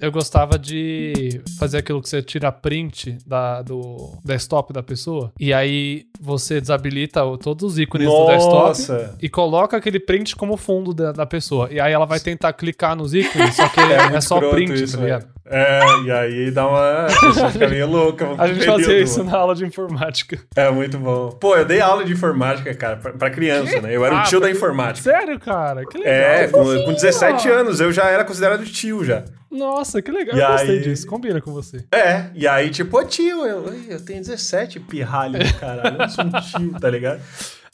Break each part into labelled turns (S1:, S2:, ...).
S1: eu gostava de fazer aquilo que você tira print da, do desktop da pessoa. E aí você desabilita o- todos os ícones do desktop
S2: Nossa!
S1: e coloca aquele print como fundo da, da pessoa. E aí ela vai tentar clicar nos ícones, só que é,
S2: muito
S1: só
S2: escroto
S1: print,
S2: isso,
S1: tá ligado?
S2: velho. É, e aí dá uma. A pessoa fica meio louca.
S1: A gente fazia isso né? na aula de informática.
S2: É muito bom. Pô, eu dei aula de informática, cara, pra, pra criança, né? Eu era
S1: Ah,
S2: o tio da
S1: pra-
S2: informática.
S1: Sério, cara? Que legal.
S2: É, com, com 17 anos eu já era considerado tio já.
S1: Nossa, que legal.
S2: E
S1: eu gostei
S2: aí-
S1: disso. Combina com você.
S2: É, e aí, tipo, ô tio, eu, "Oi, eu tenho 17, pirralho do caralho, eu não sou um tio, tá ligado?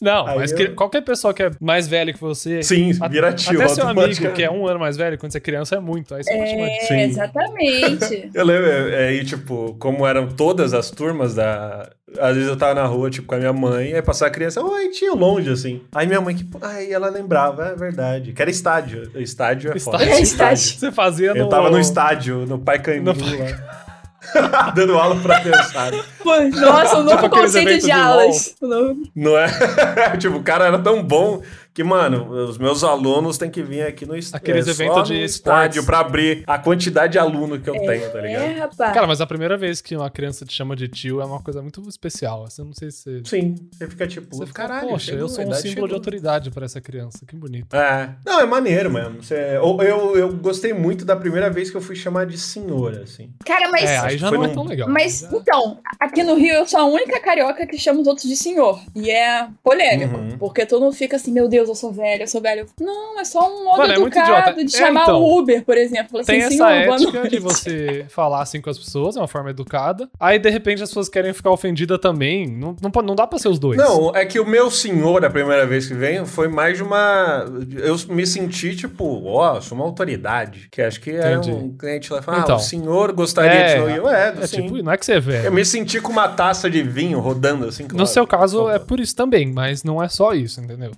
S1: Não,
S2: Aí
S1: mas que-
S2: eu-
S1: qualquer pessoa que é mais velha que você.
S2: Sim,
S1: a-
S2: vira tio.
S1: Até seu amigo,
S2: automaticamente.
S1: que é um ano mais velho, quando você é criança, é muito. Aí você pode chamar de-
S2: Sim.
S3: É, exatamente.
S2: Eu lembro, é, é, e tipo, como eram todas as turmas da. Às vezes eu tava na rua, tipo, com a minha mãe, aí passava a criança, oi, tio, longe, assim. Aí minha mãe, que. Aí ela lembrava, é verdade. Que era estádio. Estádio é foda.
S1: Estádio.
S3: É, estádio.
S1: Você fazia no...
S2: Eu tava no estádio, no Pai Caimbu
S1: No
S2: lá. Dando aula pra criançada.
S3: Pô, nossa, o novo
S1: Tipo aqueles
S3: conceito
S1: eventos
S3: de
S1: de
S3: aulas. O novo-
S2: Não é? tipo, o cara era tão bom que, mano, os meus alunos têm que vir aqui no est-
S1: Aqueles
S2: é, só
S1: eventos de
S2: no
S1: esportes.
S2: estádio pra abrir a quantidade de aluno que eu tenho, tá ligado?
S3: É, rapaz.
S1: Cara, mas a primeira vez que uma criança te chama de tio é uma coisa muito especial. Assim, eu não sei se você...
S2: Sim, você fica tipo,
S1: Você fica,
S2: caralho,
S1: poxa,
S2: chegou,
S1: eu
S2: a
S1: sou um
S2: idade
S1: símbolo de
S2: chegou."
S1: autoridade pra essa criança. Que bonito.
S2: É. Não, é maneiro mesmo. Você- eu, eu, eu gostei muito da primeira vez que eu fui chamar de senhora, assim.
S3: Cara, mas.
S1: é, aí já
S2: foi um
S1: não é
S2: num-
S1: tão legal.
S3: Mas,
S1: Já-
S3: então, aqui no Rio eu sou a única carioca que chama os outros de senhor. E é polêmico.
S2: Uhum.
S3: Porque todo mundo fica assim, meu Deus, eu sou velha, eu sou velha. Eu, Não, é só um modo
S1: Mano, é muito
S3: educado
S1: idiota.
S3: de
S1: É,
S3: chamar
S1: então.
S3: o Uber, por exemplo. Fala
S1: Tem
S3: assim,
S1: essa
S3: senhor, boa
S1: ética
S3: noite."
S1: de você falar assim com as pessoas, é uma forma educada. Aí, de repente, as pessoas querem ficar ofendidas também. Não, não, po- não dá pra ser os dois.
S2: Não, é que o meu senhor, a primeira vez que veio, foi mais de uma. Eu me senti tipo, ó, sou uma autoridade. Que acho que era
S1: Entendi.
S2: um cliente lá falando,
S1: Então.
S2: ah, o senhor gostaria de.
S1: É.
S2: senhor. E Eu, é,
S1: É
S2: sim.
S1: tipo, não é que você é velho.
S2: Eu me senti com uma taça de vinho rodando assim.
S1: No
S2: claro.
S1: seu caso,
S2: Opa.
S1: é por isso também, mas não é só isso, entendeu?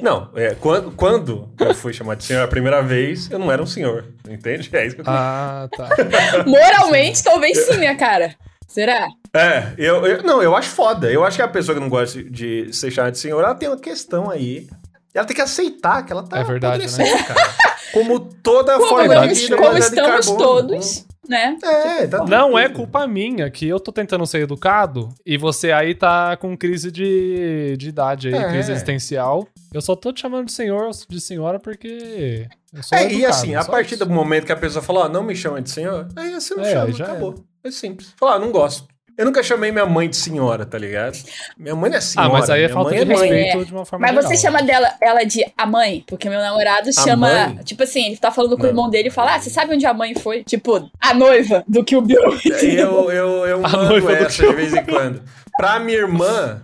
S2: Não, é, quando, quando eu fui chamar de senhor a primeira vez, eu não era um senhor. Entende? É isso que eu tô
S1: Ah, tá. assim.
S3: Moralmente, talvez sim, né, cara? Será?
S2: É, eu, eu- não, eu acho foda. Eu acho que a pessoa que não gosta de ser chamada de senhor, ela tem uma questão aí. Ela tem que aceitar que ela tá
S1: É verdade, né?
S2: apodrecendo, cara. Como toda
S3: Como,
S2: forma de
S3: vamos-
S2: vida,
S3: como
S2: mas é de
S3: estamos
S2: carbono.
S3: todos, né?
S2: É, tá
S1: Não é
S2: tranquilo.
S1: culpa minha que eu tô tentando ser educado e você aí tá com crise de, de idade aí,
S2: É.
S1: crise existencial. Eu só tô te chamando de senhor ou de senhora porque eu sou
S2: É,
S1: educado.
S2: e assim, a
S1: só
S2: partir
S1: isso.
S2: do momento que a pessoa fala, ó, não me chama de senhor, aí você não
S1: É,
S2: chama,
S1: aí já
S2: acabou. É simples. Fala, ah, não gosto. Eu nunca chamei minha mãe de senhora, tá ligado? Minha mãe não é
S1: Ah,
S2: senhora.
S1: mas aí é
S2: minha
S1: falta
S2: mãe
S1: de
S2: é mãe.
S1: respeito de uma forma
S3: Mas você
S1: geral. né?
S3: chama dela, ela de a mãe? Porque meu namorado chama.
S2: mãe?
S3: Tipo assim, ele tá falando com o
S2: Não.
S3: irmão dele e fala: Ah, você sabe onde a mãe foi? Tipo, a noiva do Kill Bill.
S2: Eu, eu, eu
S1: A
S2: mando
S1: noiva do
S2: essa de vez em quando. Pra minha irmã,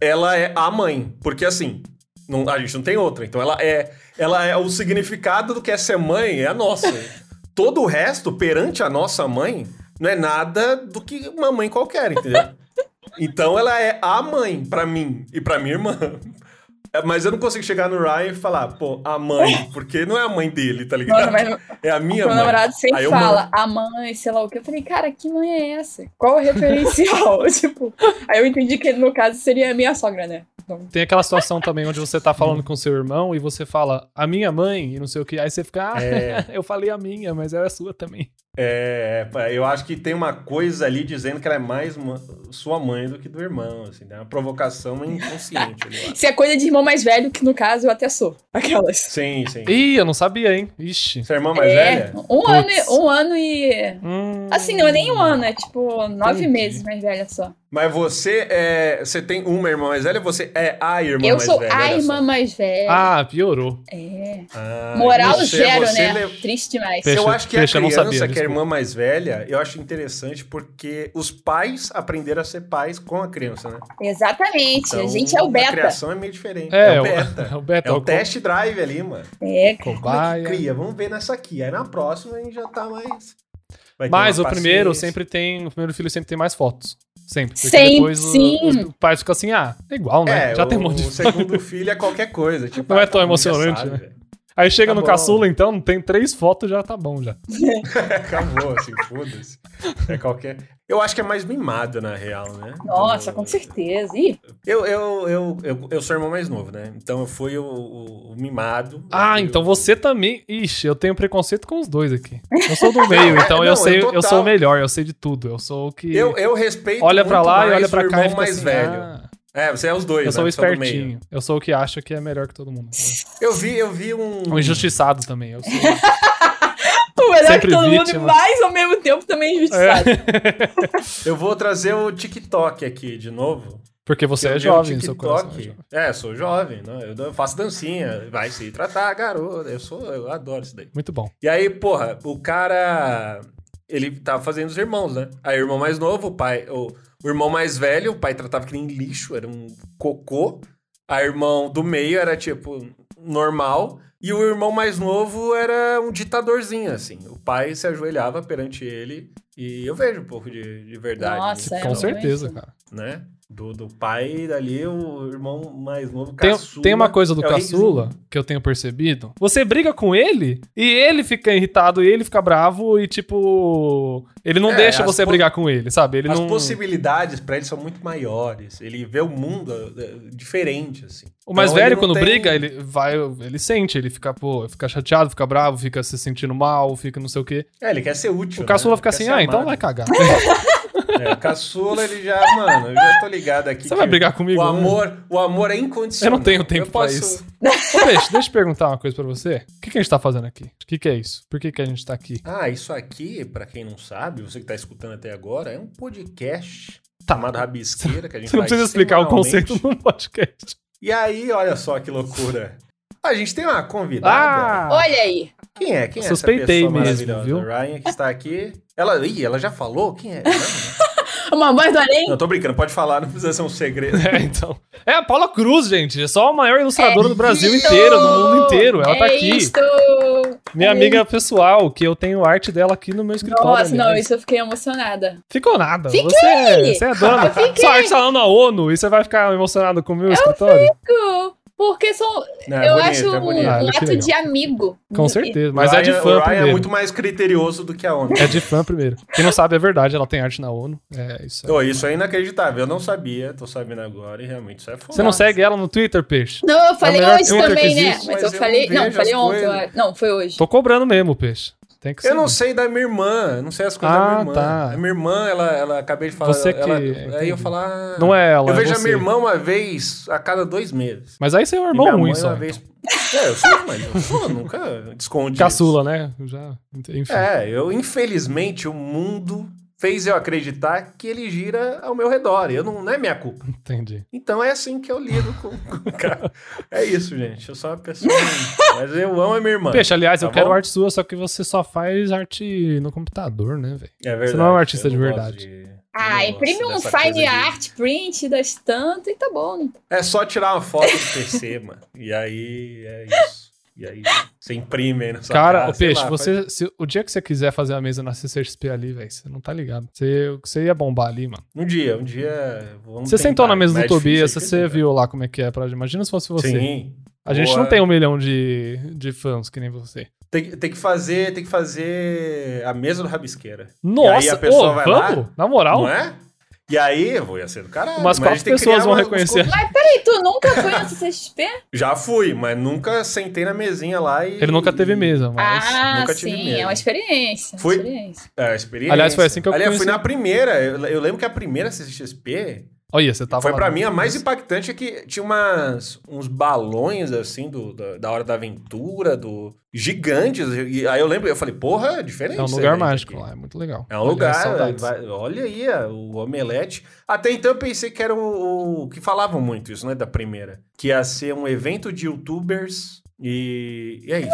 S2: ela é a mãe. Porque assim, não- a gente não tem outra. Então ela é, ela é o significado do que é ser mãe, é a nossa. Todo o resto, perante a nossa mãe, não é nada do que uma mãe qualquer, entendeu? Então ela é a mãe pra mim e pra minha irmã. É, Mas eu não consigo chegar no Ryan e falar, pô, a mãe, porque não é a mãe dele, tá ligado?
S3: Mano, mas
S2: é a minha
S3: meu
S2: mãe.
S3: namorado sempre
S2: Aí eu
S3: fala, a mãe, sei lá o que. Eu falei, cara, que mãe é essa? Qual o referencial? tipo, aí eu entendi que no caso seria a minha sogra, né?
S1: Tem aquela situação também onde você tá falando com seu irmão e você fala, a minha mãe, e não sei o que. Aí você fica, ah,
S2: É.
S1: eu falei a minha, mas ela é sua também.
S2: É, pá, eu acho que tem uma coisa ali dizendo que ela é mais ma- sua mãe do que do irmão, assim, né? Uma provocação inconsciente ali, eu acho.
S3: Se é coisa de irmão mais velho, que no caso eu até sou. Aquelas.
S2: Sim, sim.
S1: Ih, eu não sabia, hein? Ixi.
S2: Sua irmã mais
S3: é,
S2: velha?
S3: um ano, e-
S1: Putz.
S3: um ano e.
S1: Hum.
S3: Assim, não é nem um ano, é tipo nove
S1: Entendi.
S3: meses mais velha só.
S2: Mas você é. Você tem uma irmã mais velha, você é a irmã
S3: eu
S2: mais
S3: sou
S2: velha.
S3: a
S2: olha
S3: irmã
S2: só.
S3: mais velha.
S1: Ah, piorou.
S3: É.
S2: Ah,
S3: Moral
S2: você-
S1: é
S3: zero,
S2: você
S3: né?
S2: le-
S3: Triste demais.
S1: Fecha-
S2: eu acho que a
S1: fecha, eu não
S2: criança
S1: sabia,
S2: que é a
S1: desculpa.
S2: irmã mais velha, eu acho interessante porque os pais aprenderam a ser pais com a criança, né?
S3: Exatamente. a
S2: Então,
S3: gente é o
S2: A
S3: beta.
S2: criação é meio diferente.
S1: É,
S2: o
S1: o-
S2: beta.
S1: é o beta,
S2: É
S1: é
S2: o
S1: o co-
S2: test drive ali, mano.
S3: É,
S2: Como é que
S1: Cobaia.
S2: cria? Vamos ver nessa aqui. Aí na próxima a gente já tá mais. Vai ter
S1: Mas o
S2: uma
S1: primeiro
S2: paciência.
S1: sempre tem. O primeiro filho sempre tem mais fotos. Sempre. Porque
S3: Sempre,
S1: depois o-
S3: sim.
S1: os pais ficam assim, ah, é igual, né?
S2: É,
S1: Já tem um
S2: o,
S1: monte
S2: o
S1: de foto.
S2: segundo filho é qualquer coisa. Tipo,
S1: Não é
S2: ah,
S1: tão
S2: todo mundo já
S1: emocionante,
S2: sabe,
S1: né?
S2: velho.
S1: Aí chega
S2: tá
S1: no
S2: bom.
S1: caçula, então, tem três fotos, já tá bom já.
S2: Acabou, assim, foda-se. É qualquer. Eu acho que é mais mimada, na real, né?
S3: Nossa,
S2: Do-
S1: Hum.
S3: com certeza. Ih,
S2: Eu, eu, eu, eu, eu sou o irmão mais novo, né? Então eu fui o, o- o mimado.
S1: Ah,
S2: Eu-
S1: então você também. Ixi, eu tenho preconceito com os dois aqui. Eu sou do meio, então
S2: Não,
S1: eu
S2: é
S1: sei, eu
S2: total.
S1: sou o melhor, eu sei de tudo. Eu sou o que
S2: Eu, eu respeito
S1: olha pra
S2: muito
S1: lá e
S2: mais
S1: olha
S2: o
S1: pra cá e
S2: irmão
S1: fica
S2: mais
S1: assim,
S2: velho.
S1: "Ah,
S2: É, você é os dois,
S1: eu sou o
S2: né? Você é do meio.
S1: espertinho. Eu sou o que acha que é melhor que todo mundo.
S2: Eu vi, eu vi um.
S1: O injustiçado também. Eu sou. um-
S3: o melhor
S1: Sempre
S3: que todo
S1: vítima. É.
S3: mundo, mas ao mesmo tempo também injustiçado.
S2: Eu vou trazer o TikTok aqui de novo.
S1: Porque você
S2: Eu
S1: é
S2: vi
S1: jovem,
S2: o
S1: seu
S2: TikTok.
S1: coração é jovem.
S2: É, sou jovem, né? Eu dan- faço dancinha, vai se tratar, garoto. Eu sou, eu adoro isso daí.
S1: Muito bom.
S2: E aí, porra, o cara. Ele tava fazendo os irmãos, né? Aí o irmão mais novo, o pai. O, o irmão mais velho, o pai tratava que nem lixo, era um cocô. A irmão do meio era, tipo, normal. E o irmão mais novo era um ditadorzinho, assim. O pai se ajoelhava perante ele. E eu vejo um pouco de, de verdade.
S3: Nossa,
S1: Com
S3: É,
S2: então,
S3: não,
S1: certeza,
S3: é
S1: cara.
S2: Né? Do, do pai dali, o irmão mais novo,
S1: Tem,
S2: caçula,
S1: tem uma coisa do
S2: é o
S1: caçula que eu tenho percebido. Você briga com ele e ele fica irritado, e ele fica bravo e, tipo. Ele não
S2: É,
S1: deixa
S2: as
S1: você
S2: po-
S1: brigar com ele, sabe? Ele
S2: As
S1: não.
S2: possibilidades pra ele são muito maiores. Ele vê o mundo eh, diferente, assim.
S1: O mais
S2: Então, ele
S1: velho,
S2: não
S1: quando
S2: tem-
S1: briga, ele vai, ele sente, ele fica, pô, fica chateado, fica bravo, fica se sentindo mal, fica não sei o quê.
S2: É, ele quer ser útil.
S1: O caçula
S2: né?
S1: fica
S2: Ele quer
S1: assim,
S2: ser
S1: ah, então
S2: amado."
S1: vai cagar.
S2: É, o caçula, ele já, mano, eu já tô ligado aqui.
S1: Você vai
S2: que
S1: brigar comigo?
S2: O
S1: né?
S2: amor, o amor é
S1: Eu
S2: incondicional.
S1: não tenho tempo
S2: Eu
S1: pra
S2: posso-
S1: isso. Ô, Peixe, deixa eu perguntar uma coisa pra você. O que, que a gente tá fazendo aqui? O que, que é isso? Por que, que a gente tá aqui?
S2: Ah, isso aqui, pra quem não sabe, você que tá escutando até agora, é um podcast
S1: Tá.
S2: chamado Rabisqueira, que a gente
S1: Você não
S2: faz
S1: precisa explicar o
S2: semanalmente.
S1: conceito no podcast.
S2: E aí, olha só que loucura. A gente tem uma convidada.
S1: Ah!
S3: Olha aí.
S2: Quem é? Quem é
S1: Suspeitei
S2: essa pessoa
S1: mesmo,
S2: maravilhosa?
S1: viu?
S2: Ryan que está aqui. Ela, ih, ela já falou? Quem é? Não,
S3: Uma voz do além.
S2: Não, tô brincando, pode falar, não precisa ser um segredo.
S1: É, então. É a Paula Cruz, gente. É só a maior ilustradora do Brasil
S3: É Isso!
S1: inteiro, do mundo inteiro. Ela tá
S3: É
S1: aqui.
S3: isto!
S1: Minha amiga pessoal, que eu tenho arte dela aqui no meu escritório.
S3: Nossa, não,
S1: aliás.
S3: isso eu fiquei emocionada.
S1: Ficou nada.
S3: Fiquei!
S1: Você, é- você é dona.
S3: Eu fiquei!
S1: Sua arte tá lá na ONU e você vai ficar emocionado com o meu escritório?
S3: Fico, Porque são,
S2: Não, é
S3: eu
S2: bonito,
S3: acho um,
S2: bonito.
S1: Ah, olha
S3: um
S1: que
S3: ato
S1: legal.
S3: de amigo.
S1: Com certeza. Mas é de
S2: Ryan-
S1: fã
S2: O Ryan
S1: primeiro.
S2: é muito mais criterioso do que a ONU.
S1: É de fã primeiro. Quem não sabe é verdade, ela tem arte na ONU. É isso aí.
S2: Ô, isso é inacreditável, eu não sabia, tô sabendo agora e realmente isso é foda.
S1: Você não segue ela no Twitter, peixe?
S3: Não, eu falei
S1: É melhor
S3: hoje
S1: Twitter que
S3: também, né?
S1: existe,
S3: Mas
S2: mas
S3: eu
S2: eu
S3: falei.
S2: não
S3: Não,
S2: vejo
S3: falei
S2: as
S3: ontem. eu
S2: coisas.
S3: acho. Não, foi hoje.
S1: Tô cobrando mesmo, peixe. Tem que ser.
S2: Eu não sei da minha irmã, eu não sei as coisas da
S1: Ah,
S2: minha irmã.
S1: tá.
S2: A minha irmã, ela, ela acabei de falar.
S1: Você que-
S2: ela- aí
S1: entendi.
S2: eu falar. ah,
S1: Não é ela.
S2: Eu
S1: é
S2: vejo a
S1: você.
S2: minha irmã uma vez a cada dois meses.
S1: Mas aí você é um
S2: E
S1: irmão
S2: minha
S1: ruim
S2: mãe
S1: só.
S2: uma
S1: então.
S2: vez- É, eu sou, mas eu sou, nunca escondi. isso.
S1: Caçula, né? Eu Já... Enfim.
S2: É, eu, infelizmente, o mundo fez eu acreditar que ele gira ao meu redor. Eu não, não é minha culpa.
S1: Entendi.
S2: Então é assim que eu lido com, com o cara. É isso, gente. Eu sou uma pessoa. mas eu amo a minha irmã.
S1: Peixe, aliás, eu
S2: tá
S1: quero
S2: bom?
S1: arte sua, só que você só faz arte no computador, né, velho?
S2: É verdade.
S1: Você não é um artista
S2: eu
S1: de
S2: não
S1: verdade.
S2: gosto de-
S3: Ah,
S2: eu não
S3: imprime
S2: gosto
S3: um
S2: dessa coisa
S3: fine
S2: de-
S3: art print das tantas e tá bom. né?
S2: É só tirar uma foto do PC, mano. E aí é isso. E aí você imprime aí na sua
S1: Cara,
S2: casa,
S1: ô
S2: sei
S1: Peixe,
S2: lá,
S1: você, se- o dia que você quiser fazer uma mesa na CCXP ali, velho, você não tá ligado. Você, você ia bombar ali, mano.
S2: Um dia, um dia. vamos
S1: Você sentou
S2: tentar,
S1: na mesa do
S2: mas é difícil,
S1: Tobias,
S2: é difícil,
S1: você
S2: cara.
S1: viu lá como é que é. Pra... Imagina se fosse você.
S2: Sim.
S1: a gente
S2: Boa.
S1: não tem um milhão de, de fãs que nem você.
S2: Tem, que- tem que fazer, tem que fazer a mesa do rabisqueira.
S1: Nossa,
S2: a pessoa
S1: ô,
S2: vai lá?
S1: vamos? Na moral,
S2: Não é? E aí, eu vou ia ser do caralho.
S1: umas
S2: mas a
S1: quatro
S2: gente tem que
S1: pessoas
S2: criar
S1: vão
S2: umas-
S1: reconhecer.
S3: Peraí, tu nunca foi na CCXP?
S2: Já fui, mas nunca sentei na mesinha lá e.
S1: Ele nunca teve mesa, mas.
S3: ah,
S2: nunca tive
S3: sim,
S2: medo.
S3: é uma experiência. uma
S2: Fui.
S3: experiência.
S2: É, a experiência.
S1: Aliás, foi assim que eu
S2: Aliás, fui
S1: conheci.
S2: na primeira. Eu, eu lembro que a primeira CCXP
S1: Olha, você tava.
S2: foi
S1: lá
S2: pra
S1: no-
S2: mim a mais impactante é que tinha umas, uns balões assim do, da, da hora da aventura, do gigantes. E aí eu lembro, eu falei, porra, é diferente.
S1: É um
S2: esse
S1: lugar
S2: evento
S1: mágico
S2: aqui.
S1: lá, é muito legal.
S2: É um
S1: Aliás,
S2: lugar.
S1: saudades.
S2: vai- olha aí, ó, o Omelete. Até então eu pensei que era o, o- que falavam muito isso, né? Da primeira. Que ia ser um evento de youtubers e, e é isso.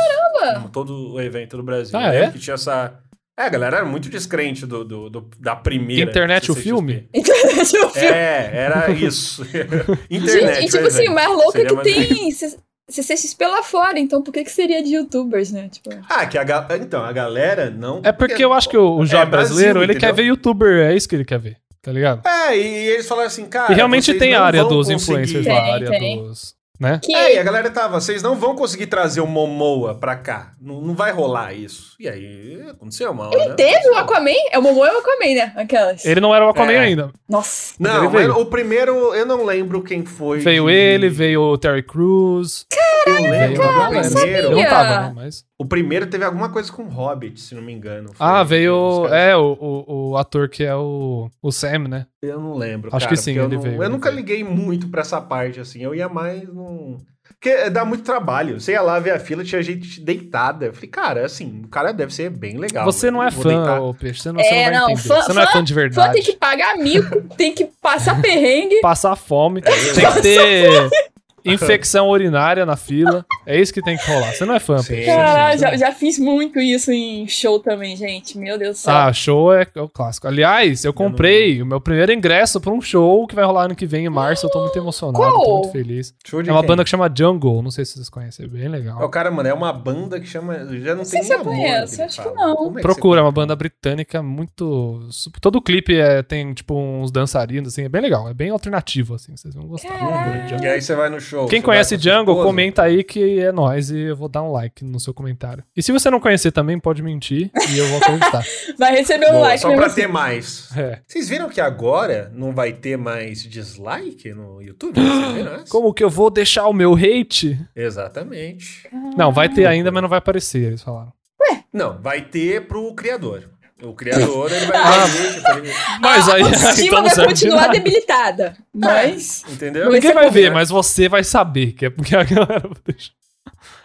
S2: Como todo o evento do Brasil.
S1: Ah,
S2: Eu lembro
S1: é?
S2: Que tinha essa. É, a galera era muito descrente do, do- do- da primeira.
S1: Internet, o
S2: CCXP.
S1: filme?
S3: Internet é um filme.
S2: É, era isso. Internet.
S3: Gente, e tipo
S2: o
S3: assim, o
S2: evento.
S3: mais louco é
S2: Seria
S3: que
S2: mais-
S3: tem C- CCXP lá fora, então por que que seria de youtubers, né? Tipo,
S2: Ah, que a ga- então, a galera não.
S1: É porque eu acho que o, o jovem
S2: Brasil,
S1: brasileiro, ele quer
S2: entendeu?
S1: ver youtuber, é isso que ele quer ver, tá ligado?
S2: É, e, e eles falaram assim, cara.
S1: e realmente
S2: vocês
S1: tem a
S2: não
S1: área
S2: vão
S1: dos
S2: conseguir-
S1: influencers lá, a
S3: Tem,
S1: área
S3: tem.
S1: dos. né?
S3: Que
S2: É, e a galera tava, vocês não vão conseguir trazer o Momoa pra cá. Não, não vai rolar isso. E aí, aconteceu mal,
S3: ele
S2: né?
S3: teve o
S2: Aconteceu.
S3: Aquaman? É o Momoa e o Aquaman, né? Aquelas.
S1: Ele não era o Aquaman
S2: É.
S1: ainda.
S3: Nossa.
S1: Ele
S2: Não,
S1: veio.
S2: era- o primeiro, eu não lembro quem foi.
S1: Veio
S2: que-
S1: ele, veio o Terry Crews.
S2: Eu lembro,
S1: veio
S3: cara,
S2: o
S3: eu
S2: primeiro.
S1: não
S3: sabia.
S1: tava, não, mas...
S2: O primeiro teve alguma coisa com Hobbit, se não me engano. Foi-
S1: Ah,
S2: os
S1: veio.
S2: caras-
S1: É, o, o, o ator que é o, o Sam, né?
S2: Eu não lembro.
S1: Acho que
S2: cara,
S1: sim,
S2: porque eu
S1: ele
S2: não-
S1: veio,
S2: Eu
S1: ele
S2: nunca
S1: veio.
S2: liguei muito pra essa parte, assim. Eu ia mais num. Porque dá muito trabalho. Você ia lá ver a fila, tinha gente deitada. Eu falei, cara, assim, o cara deve ser bem legal.
S1: você
S2: né?
S1: não é
S2: Eu vou deitar.
S1: fã, ô, Peixe. Você não,
S3: É,
S1: você não vai
S3: não,
S1: entender.
S3: fã-
S1: você não é fã de
S3: Fã
S1: verdade.
S3: tem que pagar mico, tem que passar perrengue.
S1: Passar fome.
S2: É
S1: Tem que
S3: Passar
S1: ter infecção urinária na fila. É isso que tem que rolar. Você não é fã,
S2: Sim,
S1: Peixe.
S3: Caralho,
S1: Você não
S3: já,
S1: é.
S3: já fiz muito isso em show também, gente. Meu Deus do céu.
S1: Ah, show é, é o clássico. Aliás, eu comprei o meu primeiro ingresso pra um show que vai rolar ano que vem, em março. Eu tô muito emocionado, tô
S3: Qual?
S1: muito feliz.
S2: Show de
S1: É uma
S2: quem?
S1: banda que chama Jungle, não sei se vocês conhecem, é bem
S2: É, O
S1: legal.
S2: cara, mano, é uma banda que chama. Já não,
S3: sei
S2: tem
S3: se eu
S2: nem amor
S3: conheço,
S2: que ele
S3: acho que
S2: fala.
S3: não.
S2: Como é que
S1: Procura, é
S2: você-
S1: uma banda britânica muito. Todo clipe é, tem, tipo, uns dançarinos, assim, é bem legal, é bem alternativo, assim, vocês vão gostar.
S3: Caralho.
S2: E aí você vai no show.
S1: Quem
S2: você
S1: conhece
S2: vai com a sua
S1: Django,
S2: esposa.
S1: comenta aí que é nóis e eu vou dar um like no seu comentário. E se você não conhecer também, pode mentir e eu vou acreditar.
S3: Vai receber um
S2: Boa,
S3: like
S2: só
S3: mesmo
S2: pra
S3: assim.
S2: ter mais.
S1: É.
S2: Vocês viram que agora não vai ter mais dislike no YouTube? Vocês viram essa?
S1: Como que eu vou deixar o meu hate?
S2: Exatamente.
S1: Não, vai ter ainda, mas não vai aparecer, eles falaram.
S2: Não, vai ter pro criador. O criador, ele vai
S3: Ah.
S2: fazer, tipo, ele-
S1: Mas aí,
S3: A autoestima
S1: então não
S3: vai
S1: serve de
S3: continuar
S1: nada.
S3: debilitada. Mas.
S2: Entendeu?
S3: Mas-
S1: Ninguém
S3: Esse
S1: vai
S3: é
S1: ver,
S2: bom.
S1: mas você vai saber que é porque a galera deixa.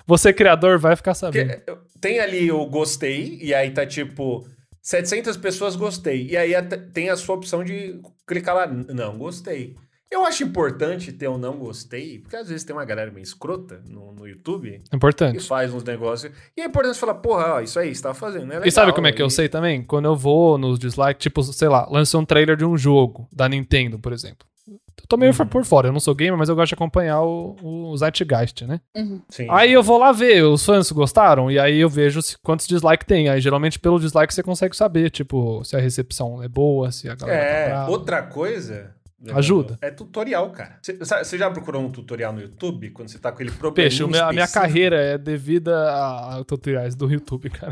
S1: Você, criador, vai ficar sabendo.
S2: Porque tem ali o gostei, e aí tá tipo... 700 pessoas gostei. E aí até- tem a sua opção de clicar lá, não gostei. Eu acho importante ter um não gostei, porque às vezes tem uma galera meio escrota no, no YouTube que
S1: Importante.
S2: faz uns negócios. E é importante falar, porra, ó, isso aí, você tá fazendo. né?
S1: E sabe
S2: Legal,
S1: como é que eu
S2: e-
S1: sei também? Quando eu vou nos dislikes, tipo, sei lá, lança um trailer de um jogo da Nintendo, por exemplo. Eu tô meio
S2: Uhum.
S1: por fora, eu não sou gamer, mas eu gosto de acompanhar o, o Zeitgeist, né?
S3: Uhum.
S2: Sim.
S1: Aí eu vou lá ver, os fãs gostaram, e aí eu vejo se- quantos dislike tem. Aí geralmente pelo dislike você consegue saber, tipo, se a recepção é boa, se a galera tá
S2: É,
S1: brava.
S2: outra coisa. Leandro,
S1: Ajuda.
S2: É tutorial, cara. Você já procurou um tutorial no YouTube quando você tá com ele probleminha
S1: Peixe, o meu- a minha
S2: específico?
S1: carreira é devida a, a tutoriais do YouTube, cara.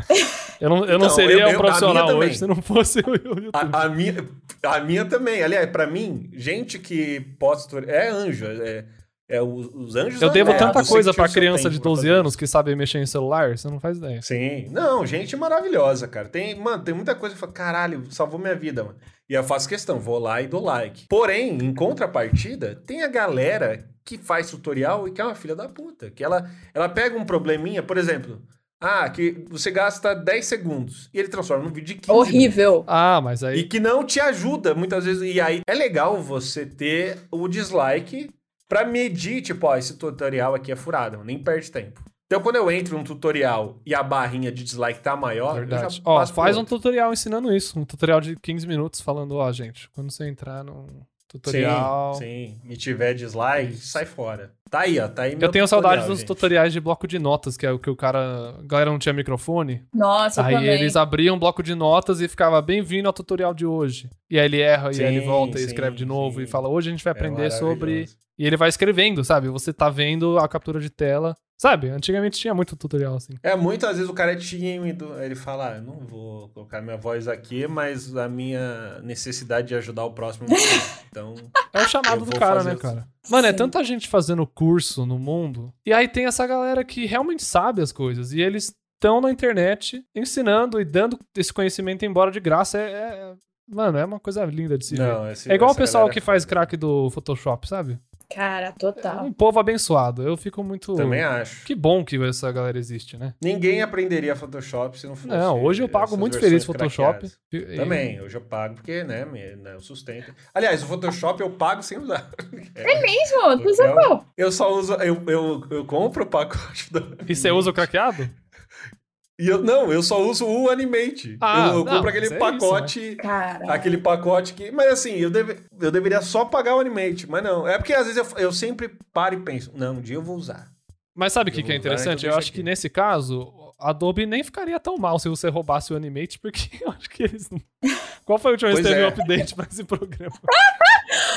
S1: Eu não, eu não
S2: Então,
S1: seria
S2: eu- eu-
S1: um
S2: a
S1: profissional hoje
S2: minha também. Tá
S1: se não fosse o YouTube.
S2: A, a minha, a minha também. Aliás, pra mim, gente que posta tutorial. É anjo. É, é os, os anjos.
S1: eu
S2: da
S1: devo
S2: terra,
S1: tanta
S2: você
S1: coisa
S2: que
S1: pra
S2: tira o seu
S1: criança
S2: tempo
S1: de
S2: pra
S1: 12
S2: fazer
S1: anos que sabe mexer em celular, você não faz ideia.
S2: isso. Sim. Não, gente maravilhosa, cara. Tem, mano, tem muita coisa que eu falo, caralho, salvou minha vida, mano. E eu faço questão, vou lá e dou like. Porém, em contrapartida, tem a galera que faz tutorial e que é uma filha da puta. Que ela, ela pega um probleminha, por exemplo, ah, que você gasta 10 segundos e ele transforma num vídeo de 15.
S3: Horrível.
S1: Ah, mas aí.
S2: E que não te ajuda muitas vezes. E aí é legal você ter o dislike pra medir, tipo, ó, esse tutorial aqui é furado, nem perde tempo. Então quando eu entro num tutorial e a barrinha de dislike tá maior, eu
S1: Verdade.
S2: já
S1: Ó,
S2: passo pro
S1: faz um
S2: outro.
S1: tutorial ensinando isso. Um tutorial de 15 minutos falando, ó, gente, quando você entrar num um tutorial.
S2: Sim, sim. E tiver dislike,
S1: Isso.
S2: sai fora. Tá aí, ó, tá aí
S1: Eu
S2: meu
S1: tenho saudade
S2: tutorial,
S1: dos
S2: gente.
S1: tutoriais de bloco de notas, que é o que o cara. A galera não tinha microfone.
S3: Nossa, eu
S1: aí
S3: também.
S1: eles abriam um bloco de notas e ficava bem-vindo ao tutorial de hoje. E aí ele erra, e aí ele
S2: Sim,
S1: volta e
S2: sim,
S1: escreve de novo
S2: sim.
S1: e fala: hoje a gente vai
S2: É
S1: aprender sobre.
S2: maravilhoso.
S1: E ele vai escrevendo, sabe? Você tá vendo a captura de tela. Sabe? Antigamente tinha muito tutorial assim.
S2: É, muitas vezes o cara é tímido, ele fala, ah, eu não vou colocar minha voz aqui, mas a minha necessidade de ajudar o próximo... é muito grande. então...
S1: É o chamado
S2: Eu
S1: do
S2: vou
S1: cara,
S2: fazer
S1: né,
S2: isso.
S1: cara? Mano, é
S3: Sim.
S1: tanta gente fazendo curso no mundo. E aí tem essa galera que realmente sabe as coisas. E eles estão na internet ensinando e dando esse conhecimento embora de graça. É, é- mano, é uma coisa linda de se ver.
S2: Não, esse-
S1: É igual o
S2: essa
S1: pessoal
S2: galera
S1: que
S2: é
S1: faz
S2: foda.
S1: crack do Photoshop, sabe?
S3: Cara,
S1: É
S3: total.
S1: um povo abençoado. Eu fico muito.
S2: Também acho.
S1: Que bom que essa galera existe, né?
S2: Ninguém aprenderia Photoshop se não fosse.
S1: Não, hoje eu pago
S2: essas
S1: muito
S2: versões
S1: feliz Photoshop.
S2: craqueadas.
S1: E- e-
S2: Também, hoje eu pago porque, né, me- né, eu sustento. Aliás, o Photoshop eu pago sem usar.
S3: É mesmo, tu usa
S2: É um-
S3: qual?
S2: Eu só uso, eu, eu, eu compro o pacote do...
S1: E você usa o craqueado?
S2: E eu, não, eu só uso o Animate.
S1: Ah,
S2: eu, eu
S1: não,
S2: compro aquele
S1: mas é né?
S2: pacote...
S3: Cara.
S2: Aquele pacote que. Mas assim, eu, deve, eu deveria só pagar o Animate, mas não. É porque às vezes eu, eu sempre paro e penso, não, um dia eu vou usar.
S1: Mas sabe o que,
S2: Eu
S1: que é
S2: vou usar, então
S1: interessante? Eu
S2: deixa
S1: acho que
S2: aqui.
S1: nesse caso, Adobe nem ficaria tão mal se você roubasse o Animate, porque eu acho que eles não. Qual foi o última vez que
S2: Pois
S1: teve
S2: é.
S1: um update pra esse programa?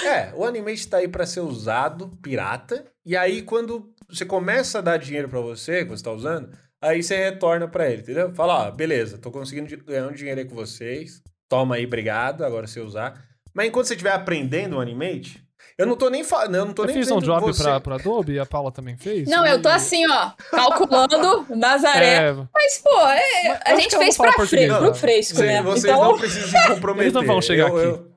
S2: É, o Animate tá aí pra ser usado, pirata. E aí, quando você começa a dar dinheiro pra você, que você tá usando, aí você retorna pra ele, entendeu? Fala, ó, beleza, tô conseguindo di- ganhar um dinheiro aí com vocês. Toma aí, obrigado, agora você usar. Mas enquanto você estiver aprendendo o Animate, eu não tô nem falando, eu não tô
S1: Eu
S2: nem
S1: fiz um
S2: vendo
S1: job
S2: você.
S1: pra, pra Adobe, a Paula também fez.
S3: Não, eu tô assim, ó, calculando Nazaré.
S1: É,
S3: Mas, pô, é-
S1: Mas eu
S3: a
S1: acho que
S3: gente
S1: eu vou
S3: fez
S1: falar
S3: pra
S1: português,
S3: fre
S2: não.
S3: pro fresco,
S2: Cê-
S3: né?
S2: Vocês
S3: Então,
S2: não precisam se comprometer.
S1: Eles não vão chegar
S2: Eu-
S1: aqui.
S2: eu-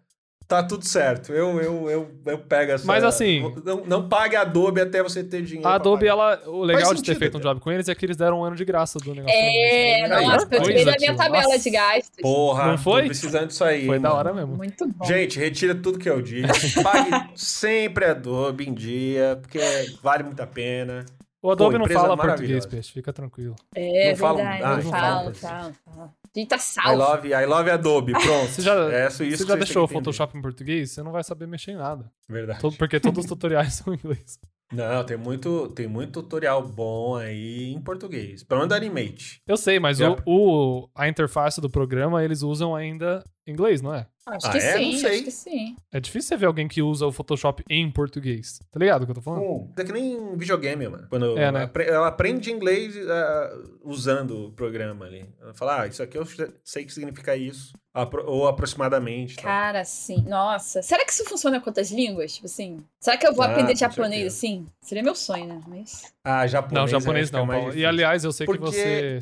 S2: tá tudo certo. Eu, eu, eu, eu pego essa.
S1: Mas assim-
S2: Não, não pague Adobe até você ter dinheiro.
S1: a
S2: pra
S1: Adobe,
S2: pagar.
S1: ela, o legal de ter
S2: sentido,
S1: feito um job com eles é que eles deram um ano de graça do negócio.
S3: é,
S2: Aí,
S3: nossa, eu
S1: coisa,
S3: tirei da minha
S1: tio,
S3: tabela
S1: nossa.
S3: de gastos.
S2: Porra,
S1: Não foi?
S2: tô precisando disso aí.
S1: Foi da
S2: mano.
S1: hora mesmo.
S3: Muito bom.
S2: Gente, retira tudo que eu disse. Pague sempre Adobe em dia, porque vale muito a pena.
S1: O Adobe não
S2: empresa
S1: fala português,
S2: maravilhosa.
S1: Peixe, fica tranquilo.
S3: É
S2: não falam-
S3: verdade,
S2: ah,
S3: não
S1: não
S3: fala,
S1: falam,
S3: fala, fala. A gente tá
S2: I
S3: salvo.
S2: love, I love Adobe. Pronto.
S1: Você já-
S2: é isso, isso
S1: Você já
S2: que vocês
S1: deixou o
S2: têm que entender.
S1: Photoshop em português? Você não vai saber mexer em nada.
S2: Verdade.
S1: Todo- porque todos os tutoriais são em inglês.
S2: Não, tem muito, tem muito tutorial bom aí em português. Pelo menos da Animate.
S1: Eu sei, mas o,
S2: Yeah.
S1: o- a interface do programa eles usam ainda inglês, não é?
S3: Acho
S2: Ah,
S3: que
S2: é?
S3: sim,
S2: Não sei.
S3: acho que sim.
S1: É difícil você ver alguém que usa o Photoshop em português. Tá ligado o que eu tô falando?
S2: Hum, É que nem videogame, mano. Quando
S1: É, né?
S2: apre- ela aprende inglês ah, usando o programa ali. Ela fala, ah, isso aqui eu sei que significa isso. apro- ou aproximadamente. tal.
S3: Cara, sim. Nossa, será que isso funciona com outras línguas? Tipo assim, será que eu vou
S2: Ah,
S3: aprender
S2: com
S3: japonês
S2: certeza.
S3: assim? Seria meu sonho, né? Mas...
S2: Ah, japonês.
S1: Não, japonês
S2: aí fica
S1: não,
S2: mais
S1: Paulo. E
S2: difícil.
S1: aliás, eu sei que
S2: Porque-
S1: você,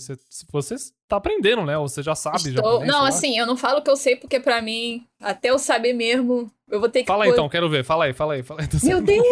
S1: você. Você tá aprendendo, né? Ou você já sabe
S3: Estou-
S1: japonês.
S3: não,
S1: sei lá.
S3: assim, eu não falo que eu sei, porque pra mim, até eu saber mesmo, eu vou ter que.
S1: Fala aí,
S3: pôr-
S1: então, quero ver. Fala aí, fala aí, fala aí.
S3: tipo, Meu Deus!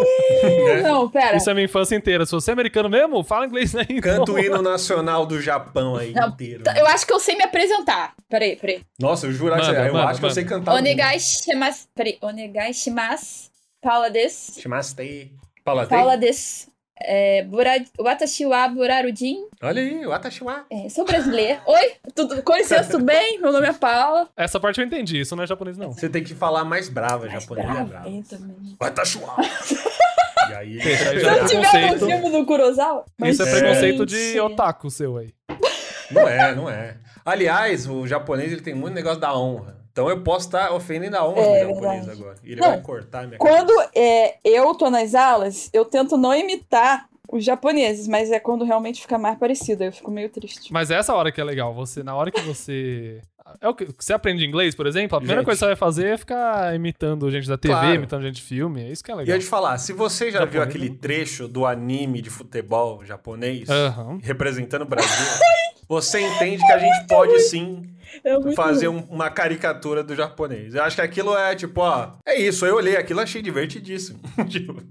S2: Né?
S3: Não, pera.
S1: Isso é minha infância inteira. Se você é americano mesmo, fala inglês aí. então.
S2: Canto o hino nacional do Japão aí
S3: Não, tá,
S2: inteiro.
S3: Eu acho que eu sei me apresentar. Peraí, peraí.
S2: Nossa, eu juro que você,
S1: Manda,
S2: eu
S1: manda,
S2: acho que eu sei cantar.
S3: Onegai shimasu. Peraí, onegai shimasu. Paula des.
S2: Shimastei. Paula,
S3: Paula des. É, bura, watashi wa burarudin.
S2: Olha aí, o Atashiwa.
S3: É, sou brasileira. Oi, tudo, com licença, tudo bem? Meu nome é Paula.
S1: Essa parte eu entendi. Isso não é japonês, não.
S2: Você tem que falar mais brava,
S3: Mais
S2: japonês é
S3: brava,
S2: bravo.
S3: eu também.
S2: Atashiwa. e
S1: aí
S2: aí,
S3: Se
S1: já
S3: eu
S1: é
S3: tiver algum
S1: preconceito.
S3: filme do Kurosawa. mas,
S1: Isso é preconceito de
S3: gente,
S1: otaku seu aí.
S2: Não é, não é. Aliás, o japonês ele tem muito negócio da honra. Então eu posso estar ofendendo a honra
S3: É,
S2: do japonês
S3: verdade.
S2: agora. E ele
S3: Não,
S2: vai cortar a minha
S3: Quando
S2: cabeça.
S3: é, eu tô nas aulas, eu tento não imitar os japoneses, mas é quando realmente fica mais parecido, aí eu fico meio triste.
S1: Mas é essa hora que é legal. Você, na hora que você. É o que que você aprende inglês, por exemplo, a primeira
S2: Gente.
S1: coisa que você vai fazer é ficar imitando gente da TV,
S2: Claro.
S1: imitando gente de filme. É isso que é
S2: E eu
S1: legal.
S2: te falar, se você já viu
S1: Japonês,
S2: aquele
S1: né?
S2: trecho do anime de futebol japonês
S1: Aham.
S2: representando o Brasil, você entende que a gente pode sim
S3: É muito
S2: fazer um- uma caricatura do japonês. Eu acho que aquilo é tipo, ó, é isso, eu olhei aquilo achei divertidíssimo. Tipo,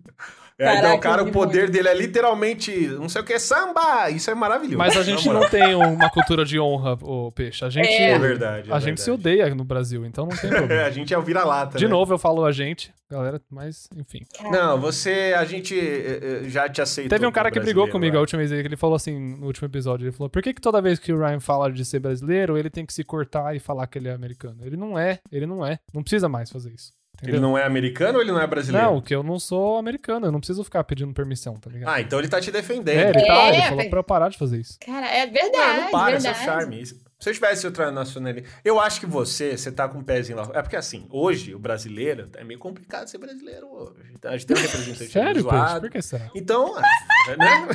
S2: é, então,
S3: Caraca,
S2: o cara,
S3: que
S2: o poder dele é literalmente, não sei o que, samba! Isso é maravilhoso.
S1: Mas a
S2: na
S1: gente
S2: moral.
S1: não tem uma cultura de honra, ô peixe. A gente.
S3: É.
S2: É verdade. é
S1: A gente se
S2: verdade.
S1: odeia no Brasil, então não tem
S2: É,
S1: problema.
S2: a gente é o vira-lata.
S1: De
S2: né?
S1: novo eu falo a gente, galera, mas enfim.
S2: Não, você, a gente eh, eh, já te aceitou.
S1: Teve um cara que
S2: como
S1: brigou
S2: brasileiro, é. né?
S1: comigo a
S2: vai.
S1: última vez que ele falou assim, no último episódio, ele falou: "Por que que toda vez que o Ryan fala de ser brasileiro, ele tem que se cortar e falar que ele é americano? Ele não é, ele não é. Não precisa mais fazer isso."
S2: Ele
S1: Entendeu?
S2: não é americano ou ele não é brasileiro?
S1: Não, que eu não sou americano, eu não preciso ficar pedindo permissão, tá ligado?
S2: Ah, então ele tá te defendendo.
S1: é, ele, tá,
S3: É,
S1: ele falou
S3: velho.
S1: pra eu parar de fazer isso.
S3: Cara, é
S2: Ah,
S3: verdade,
S2: não para, isso é
S3: verdade.
S2: charme. Se eu tivesse outra nacionalidade. Eu acho que você, você tá com um pezinho lá. É porque assim, hoje, o brasileiro, é meio complicado ser brasileiro hoje. Então, a gente tem um representante
S1: Sério, Peixe?
S2: zoado.
S1: Por que será?
S2: Então, ah, né?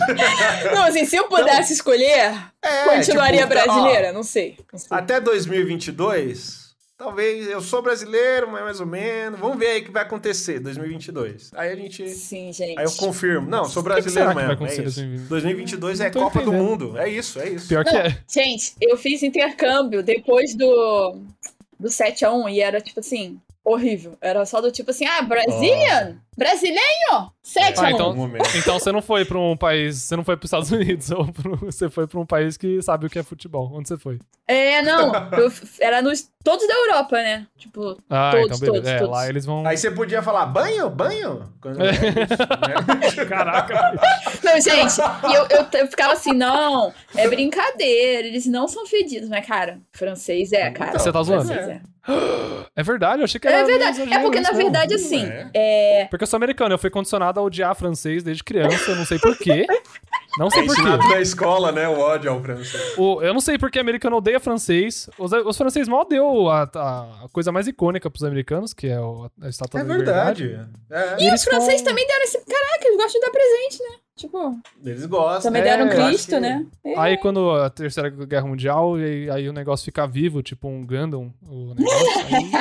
S3: Não, assim, se eu pudesse escolher,
S2: É,
S3: continuaria
S2: tipo,
S3: brasileira, não sei. não
S2: ó,
S3: sei.
S2: até 2022, talvez eu sou brasileiro, mas mais ou menos. Vamos ver aí o que vai acontecer 2022. Aí a gente
S3: Sim, gente.
S2: Aí eu confirmo. Não, sou
S1: O que que
S2: brasileiro
S1: será que vai
S2: mesmo.
S1: acontecer
S2: é isso.
S1: em 2022?
S2: 2022 é
S1: Não tô
S2: Copa do
S1: entendendo.
S2: Mundo. É isso, é isso.
S1: Pior que é.
S3: Gente, eu fiz intercâmbio depois do, do 7x1 e era tipo assim, horrível. Era só do tipo assim, ah, Brazilian? Brasileiro? 7x1.
S1: Ah, então-
S2: Um momento.
S1: Então você não foi pra um país, você não foi pros Estados Unidos, ou pro- você foi pra um país que sabe o que é futebol. Onde você foi?
S3: É, não. eu f- era nos. Todos da Europa, né? Tipo,
S1: Ah,
S3: Todos,
S1: então beleza.
S3: todos,
S1: é,
S3: todos.
S1: lá eles vão.
S2: Aí você podia falar banho, banho? Quando-
S1: É.
S2: é isso, né?
S1: Caraca,
S3: não, gente, e eu, eu, eu ficava assim, não, é brincadeira, eles não são fedidos, mas, cara, francês é, cara.
S2: Então,
S1: Você tá
S2: mas
S1: zoando?
S3: francês é.
S1: é verdade, eu achei que era.
S3: É
S1: meio
S3: verdade. É
S1: exagero
S3: porque,
S1: isso,
S3: na
S1: não.
S3: verdade, assim,
S2: É.
S3: é.
S1: Porque eu sou americano, eu fui condicionado a odiar francês desde criança, eu não sei porquê. Não sei porquê.
S2: É Ensinado na escola, né? O ódio ao francês.
S1: O- eu não sei porque americano odeia francês. Os, os franceses mal deu a, a- a coisa mais icônica pros americanos, que é o- a estátua
S2: É
S1: da
S2: verdade.
S1: liberdade.
S2: É.
S1: E
S3: Os
S1: eles
S3: franceses
S1: com-
S3: também deram esse. Caraca, eles gostam de dar presente, né? Tipo,
S2: Eles gostam.
S3: também
S2: É,
S3: deram
S2: eu acho
S3: Cristo,
S2: que-
S3: né? É.
S1: Aí quando a Terceira Guerra Mundial, e aí, aí o negócio fica vivo, tipo um Gundam, o negócio,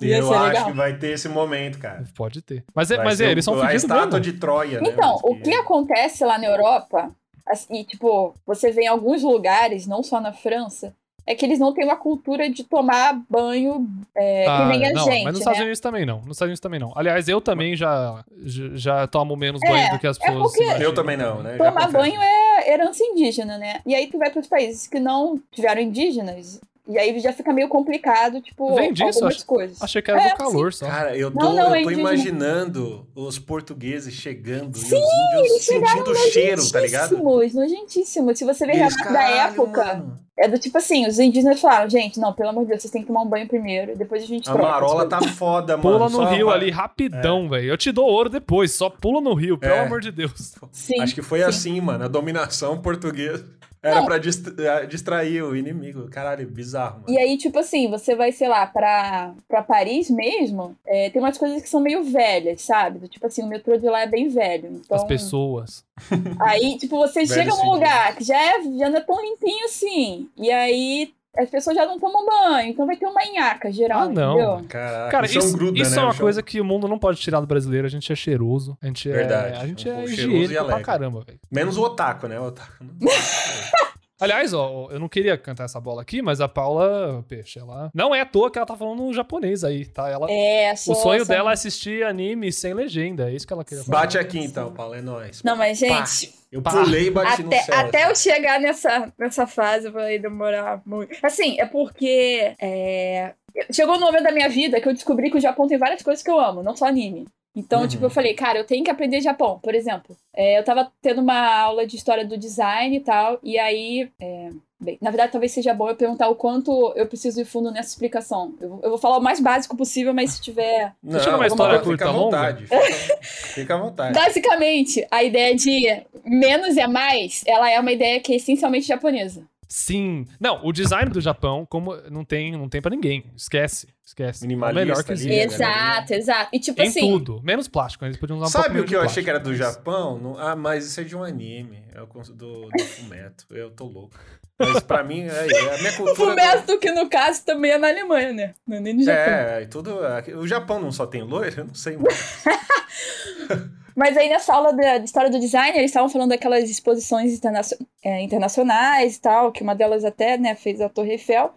S3: Ia
S2: Eu
S3: ser
S2: acho
S3: legal.
S2: que vai ter esse momento, cara.
S1: aí pode ter. Mas, é-
S2: Vai
S1: mas
S2: ser
S1: é, eles são
S2: A
S1: fodidos
S2: estátua
S1: mesmo.
S2: de Troia, né?
S3: Então,
S2: Mas
S3: o que acontece lá na Europa, assim, e, tipo, você vê em alguns lugares, não só na França, é que eles não têm uma cultura de tomar banho é,
S1: Ah,
S3: que nem a
S1: não, mas
S3: gente.
S1: nos
S3: né?
S1: Estados Unidos também não. Nos Estados Unidos também não. Aliás, eu também já, já, já tomo menos
S3: É,
S1: banho do que as
S3: é
S1: pessoas.
S3: porque-
S1: se imaginam.
S2: Eu também não, né? Já
S3: Tomar
S2: confesso.
S3: banho é herança indígena, né? E aí tu vai para os países que não tiveram indígenas, e aí já fica meio complicado, tipo,
S1: Vem disso?
S3: algumas
S1: Acho-
S3: coisas.
S1: Achei que era
S3: É,
S1: do calor só.
S2: Cara, eu tô,
S3: Não, não, é
S2: eu tô
S3: indígena.
S2: imaginando os portugueses chegando
S3: Sim,
S2: e os índios
S3: eles
S1: é
S2: sentindo o cheiro, tá ligado?
S3: Nojentíssimos, nojentíssimos. Se você ver
S2: E eles,
S3: relatos da
S2: "Caralho,
S3: época,
S2: mano,
S3: é do tipo assim, os indígenas falaram, gente, não, pelo amor de Deus, vocês têm que tomar um banho primeiro, depois a gente
S2: A
S3: troca." Tipo,
S2: marola tá foda, mano.
S1: Pula no
S2: só
S1: rio
S2: vai-
S1: ali rapidão, velho. Eu te dou ouro depois, só pula no rio, pelo
S2: É.
S1: amor de Deus.
S3: Sim.
S2: Acho que foi assim, mano. A dominação portuguesa era pra distra- distrair o inimigo. Caralho, bizarro, mano.
S3: E aí, tipo assim, você vai, sei lá, pra, pra Paris mesmo, é, tem umas coisas que são meio velhas, sabe? Do Tipo assim, o metrô de lá é bem velho. Então,
S1: As pessoas.
S3: aí, tipo, você
S2: Velho
S3: chega num
S2: sentido.
S3: lugar que já, é, já não é tão limpinho assim. E aí, as pessoas já não tomam banho. Então vai ter uma nhaca geral,
S1: Ah, não.
S3: entendeu?
S2: Caraca,
S1: Cara,
S2: o chão
S1: isso,
S2: gruda,
S1: isso
S2: né?
S1: é
S2: O
S1: uma
S2: chão-
S1: coisa que o mundo não pode tirar do brasileiro. A gente é cheiroso. A gente
S2: Verdade.
S1: é, a gente
S2: Um
S1: é
S2: pouco cheiroso e
S1: higiênico pra
S2: alegre.
S1: caramba, velho.
S2: Menos o otaku, né? O otaku.
S1: Aliás, ó, eu não queria cantar essa bola aqui, mas a Paula Peixe, ela. Não é à toa que ela tá falando japonês aí, tá? Ela,
S3: É,
S1: o
S3: só-
S1: sonho
S3: só-
S1: dela é assistir anime sem legenda. É isso que ela queria falar.
S2: Bate aqui então, Paulo, é nóis.
S3: Não, mas, gente,
S2: Eu
S1: Pá.
S2: pulei e bati no
S3: até,
S2: céu.
S3: até eu
S2: assim.
S3: chegar nessa, nessa fase vai demorar muito. Assim, é porque é, chegou um momento da minha vida que eu descobri que o Japão tem várias coisas que eu amo, não só anime. Então,
S2: Uhum.
S3: tipo, eu falei, cara, eu tenho que aprender Japão, por exemplo. É, eu tava tendo uma aula de história do design e tal, e aí. é, bem, na verdade, talvez seja bom eu perguntar o quanto eu preciso ir fundo nessa explicação. Eu, vou- eu vou falar o mais básico possível, mas se tiver.
S2: Não,
S1: Deixa eu numa história
S2: fica
S1: curta,
S2: à
S1: longa.
S2: vontade, Fica, fica à vontade.
S3: Basicamente, a ideia de menos é mais, ela é uma ideia que é essencialmente japonesa.
S1: Sim. Não, o design do Japão, como não tem, não tem para ninguém. Esquece, esquece. É o
S2: Minimalista
S1: melhor que
S2: ali,
S1: existe.
S2: né?
S3: Exato, exato. E tipo
S1: Em
S3: assim,
S1: tudo, menos plástico. Eles podiam usar um pouco
S2: Sabe o
S1: menos
S2: que
S1: de
S2: eu achei
S1: plástico,
S2: que era do
S1: mas-
S2: Japão? Não- ah, mas isso é de um anime. É o cons- do, do Fumeto. Eu tô louco. Mas pra mim, é, é a minha
S3: o
S2: cultura.
S3: Fumeto, que no caso também é na Alemanha, né? Não é nem no Japão.
S2: É, e tudo. é, O Japão não só tem loiro? Eu não sei mano.
S3: Mas aí nessa aula da de história do design, eles estavam falando daquelas exposições interna- é, internacionais e tal, que uma delas até né, fez a Torre Eiffel.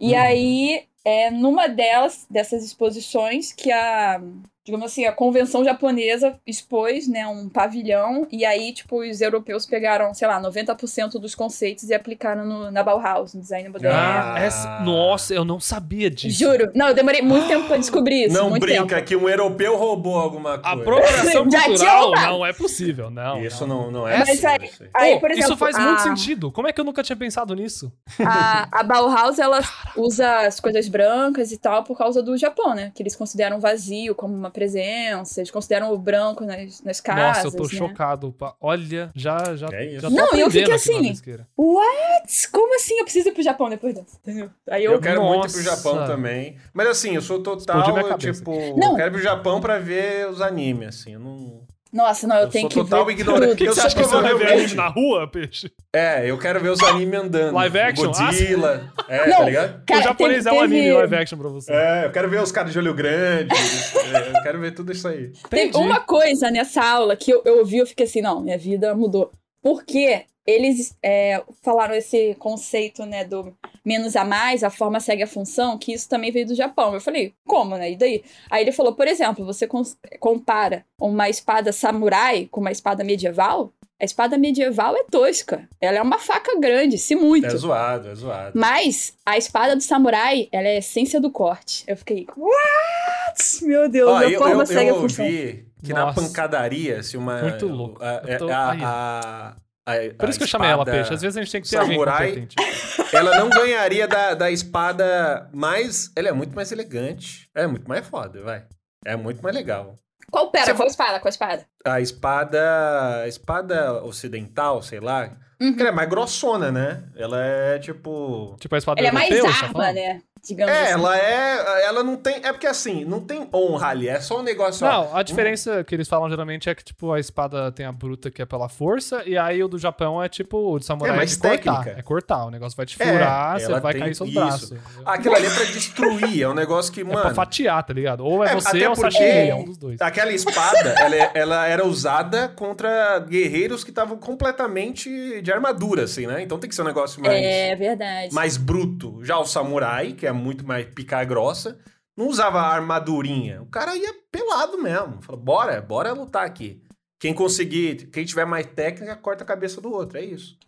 S3: E
S1: Uhum.
S2: Hum.
S3: aí, é, numa delas, dessas exposições, que a, digamos assim, a convenção japonesa expôs né, um pavilhão, e aí, tipo, os europeus pegaram, sei lá, 90% dos conceitos e aplicaram no, na Bauhaus, no design moderno.
S1: Ah,
S2: Ah.
S1: essa- nossa, eu não sabia disso.
S3: Juro. Não, eu demorei muito tempo pra descobrir isso.
S2: Não
S3: muito
S2: brinca
S3: tempo.
S2: que um europeu roubou alguma coisa.
S1: Apropriação
S3: Já tinha
S1: cultural
S3: roubado.
S1: não é possível, não.
S2: Isso
S1: não.
S2: não, não é.
S3: Mas
S2: possível,
S3: aí-
S2: isso aí.
S1: Pô,
S3: Aí, por exemplo,
S1: isso faz
S3: a-
S1: muito sentido. Como é que eu nunca tinha pensado nisso?
S3: A, a Bauhaus, ela usa as coisas brancas e tal por causa do Japão, né? Que eles consideram o vazio como uma presença, eles consideram o branco nas, nas casas,
S1: Nossa, eu tô
S3: né?
S1: chocado. pa- Olha, já, já,
S2: É isso.
S1: já tô
S3: Não, eu
S1: aprendendo
S3: fiquei
S1: aqui na
S3: assim.
S1: brisqueira.
S3: What? Como assim? Eu preciso ir pro Japão depois dessa, entendeu? Aí eu...
S2: Eu quero muito ir pro
S1: Nossa.
S2: Japão também. Mas assim, eu sou
S1: Explodiu minha
S2: total,
S1: cabeça.
S2: tipo,
S3: Não.
S2: eu quero ir pro Japão pra ver os animes, assim. Eu não.
S3: Nossa, não, eu,
S2: Eu
S3: tenho
S2: sou
S3: que
S2: total
S3: ver
S2: ignorante.
S3: tudo.
S1: O que, que
S2: Eu
S1: você
S2: sou
S1: acha que são
S2: provavelmente-
S1: reverente na rua, peixe?
S2: É, eu quero ver os animes andando.
S1: Live action? ah,
S2: Godzilla. É,
S3: Não.
S2: tá ligado?
S3: Cara,
S1: o japonês
S3: teve-
S1: é um anime
S3: teve-
S1: live action pra você.
S2: É, eu quero ver os caras de olho grande. é, eu quero ver tudo isso aí.
S3: Tem
S1: Entendi.
S3: uma coisa nessa aula que eu, eu ouvi e eu fiquei assim, não, minha vida mudou. Porque eles é, falaram esse conceito, né, do menos a mais, a forma segue a função, que isso também veio do Japão. Eu falei, como, né? E daí? Aí ele falou, por exemplo, você cons- compara uma espada samurai com uma espada medieval? A espada medieval é tosca. Ela é uma faca grande, se muito.
S2: É zoado, é zoado.
S3: Mas a espada do samurai, ela é a essência do corte. Eu fiquei, what? Meu Deus,
S2: Ó,
S3: a
S2: Ah, eu,
S3: forma
S2: eu-
S3: segue
S2: eu
S3: a função.
S2: ouvi que na
S1: Nossa.
S2: pancadaria, se uma.
S1: Muito louco.
S2: a- é,
S1: Eu tô-
S2: a-
S1: aí.
S2: a- a-
S1: Por
S2: a
S1: isso que eu chamei ela,
S2: espada-
S1: peixe. Às vezes a gente tem que ter
S2: samurai.
S1: alguém competente.
S2: Ela não ganharia da, da espada, mas ela é muito mais elegante. É muito mais foda, vai. É muito mais legal.
S3: Qual pera?
S2: Você
S3: Qual espada? Qual espada?
S2: A espada. a espada ocidental, sei lá.
S3: Uhum.
S2: que Ela é mais grossona, né? Ela é tipo.
S1: Tipo a espada
S3: Ela é mais
S1: europeia, você tá
S3: arma,
S1: falando?
S3: né? Digamos
S2: É,
S3: assim.
S2: ela é. Ela não tem. É porque assim, não tem honra ali, é só um negócio. ó.
S1: Não, a diferença que eles falam geralmente é que, tipo, a espada tem a bruta que é pela força, e aí o do Japão é tipo, o de samurai
S2: É
S1: é,
S2: mais
S1: de cortar.
S2: técnica.
S1: É cortar, o negócio vai te
S2: É,
S1: furar,
S2: ela
S1: você vai
S2: tem
S1: cair seus
S2: isso.
S1: braços. entendeu?
S2: Aquilo ali é pra destruir, é um negócio que,
S1: É pra
S2: mano.
S1: fatiar, tá ligado? Ou é,
S2: É,
S1: você
S2: até
S1: ou o
S2: porque- tá.
S1: sashimi, é um dos dois.
S2: Aquela espada, ela, é- ela era usada contra guerreiros que estavam completamente de armadura, assim, né? Então tem que ser um negócio mais,
S3: É verdade.
S2: mais bruto. Já o samurai, que é muito mais picar grossa, não usava armadurinha. O cara ia pelado mesmo. Falou, bora, bora lutar aqui. Quem conseguir, quem tiver mais técnica, corta a cabeça do outro. É isso.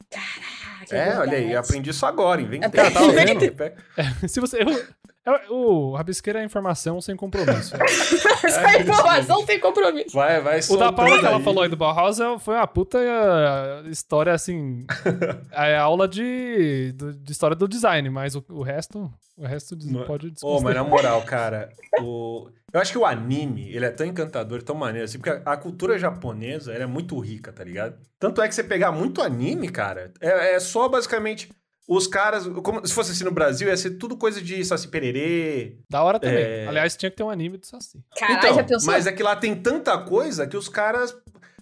S3: Caraca,
S2: É, olha aí,
S3: Ah, verdade.
S2: eu aprendi isso agora, inventei.
S3: Cara, tá
S1: vendo? Se você. eu- é- o Rabisqueira é informação sem compromisso.
S2: é
S3: Essa informação tem compromisso.
S2: Vai, vai,
S1: O da
S2: soltando
S1: Paula que ela
S2: aí.
S1: falou aí do Bauhaus é- foi uma puta eh, história, assim. É aula de, do- de história do design, mas o, o resto. O resto des-
S2: Mano.
S1: pode
S2: é. Ô, mas
S1: desconsiderar.
S2: na moral, cara, o... eu acho que o anime, ele é tão encantador, tão maneiro, assim, porque a a cultura japonesa, ela é muito rica, tá ligado? Tanto é que você pegar muito anime, cara, é, é só basicamente os caras, como se fosse assim no Brasil, ia ser tudo coisa de saci pererê.
S1: da hora também.
S2: é.
S1: Aliás, tinha que ter um anime disso assim.
S3: Caralho,
S2: Então,
S3: já pensou?
S2: Mas é que lá tem tanta coisa que os caras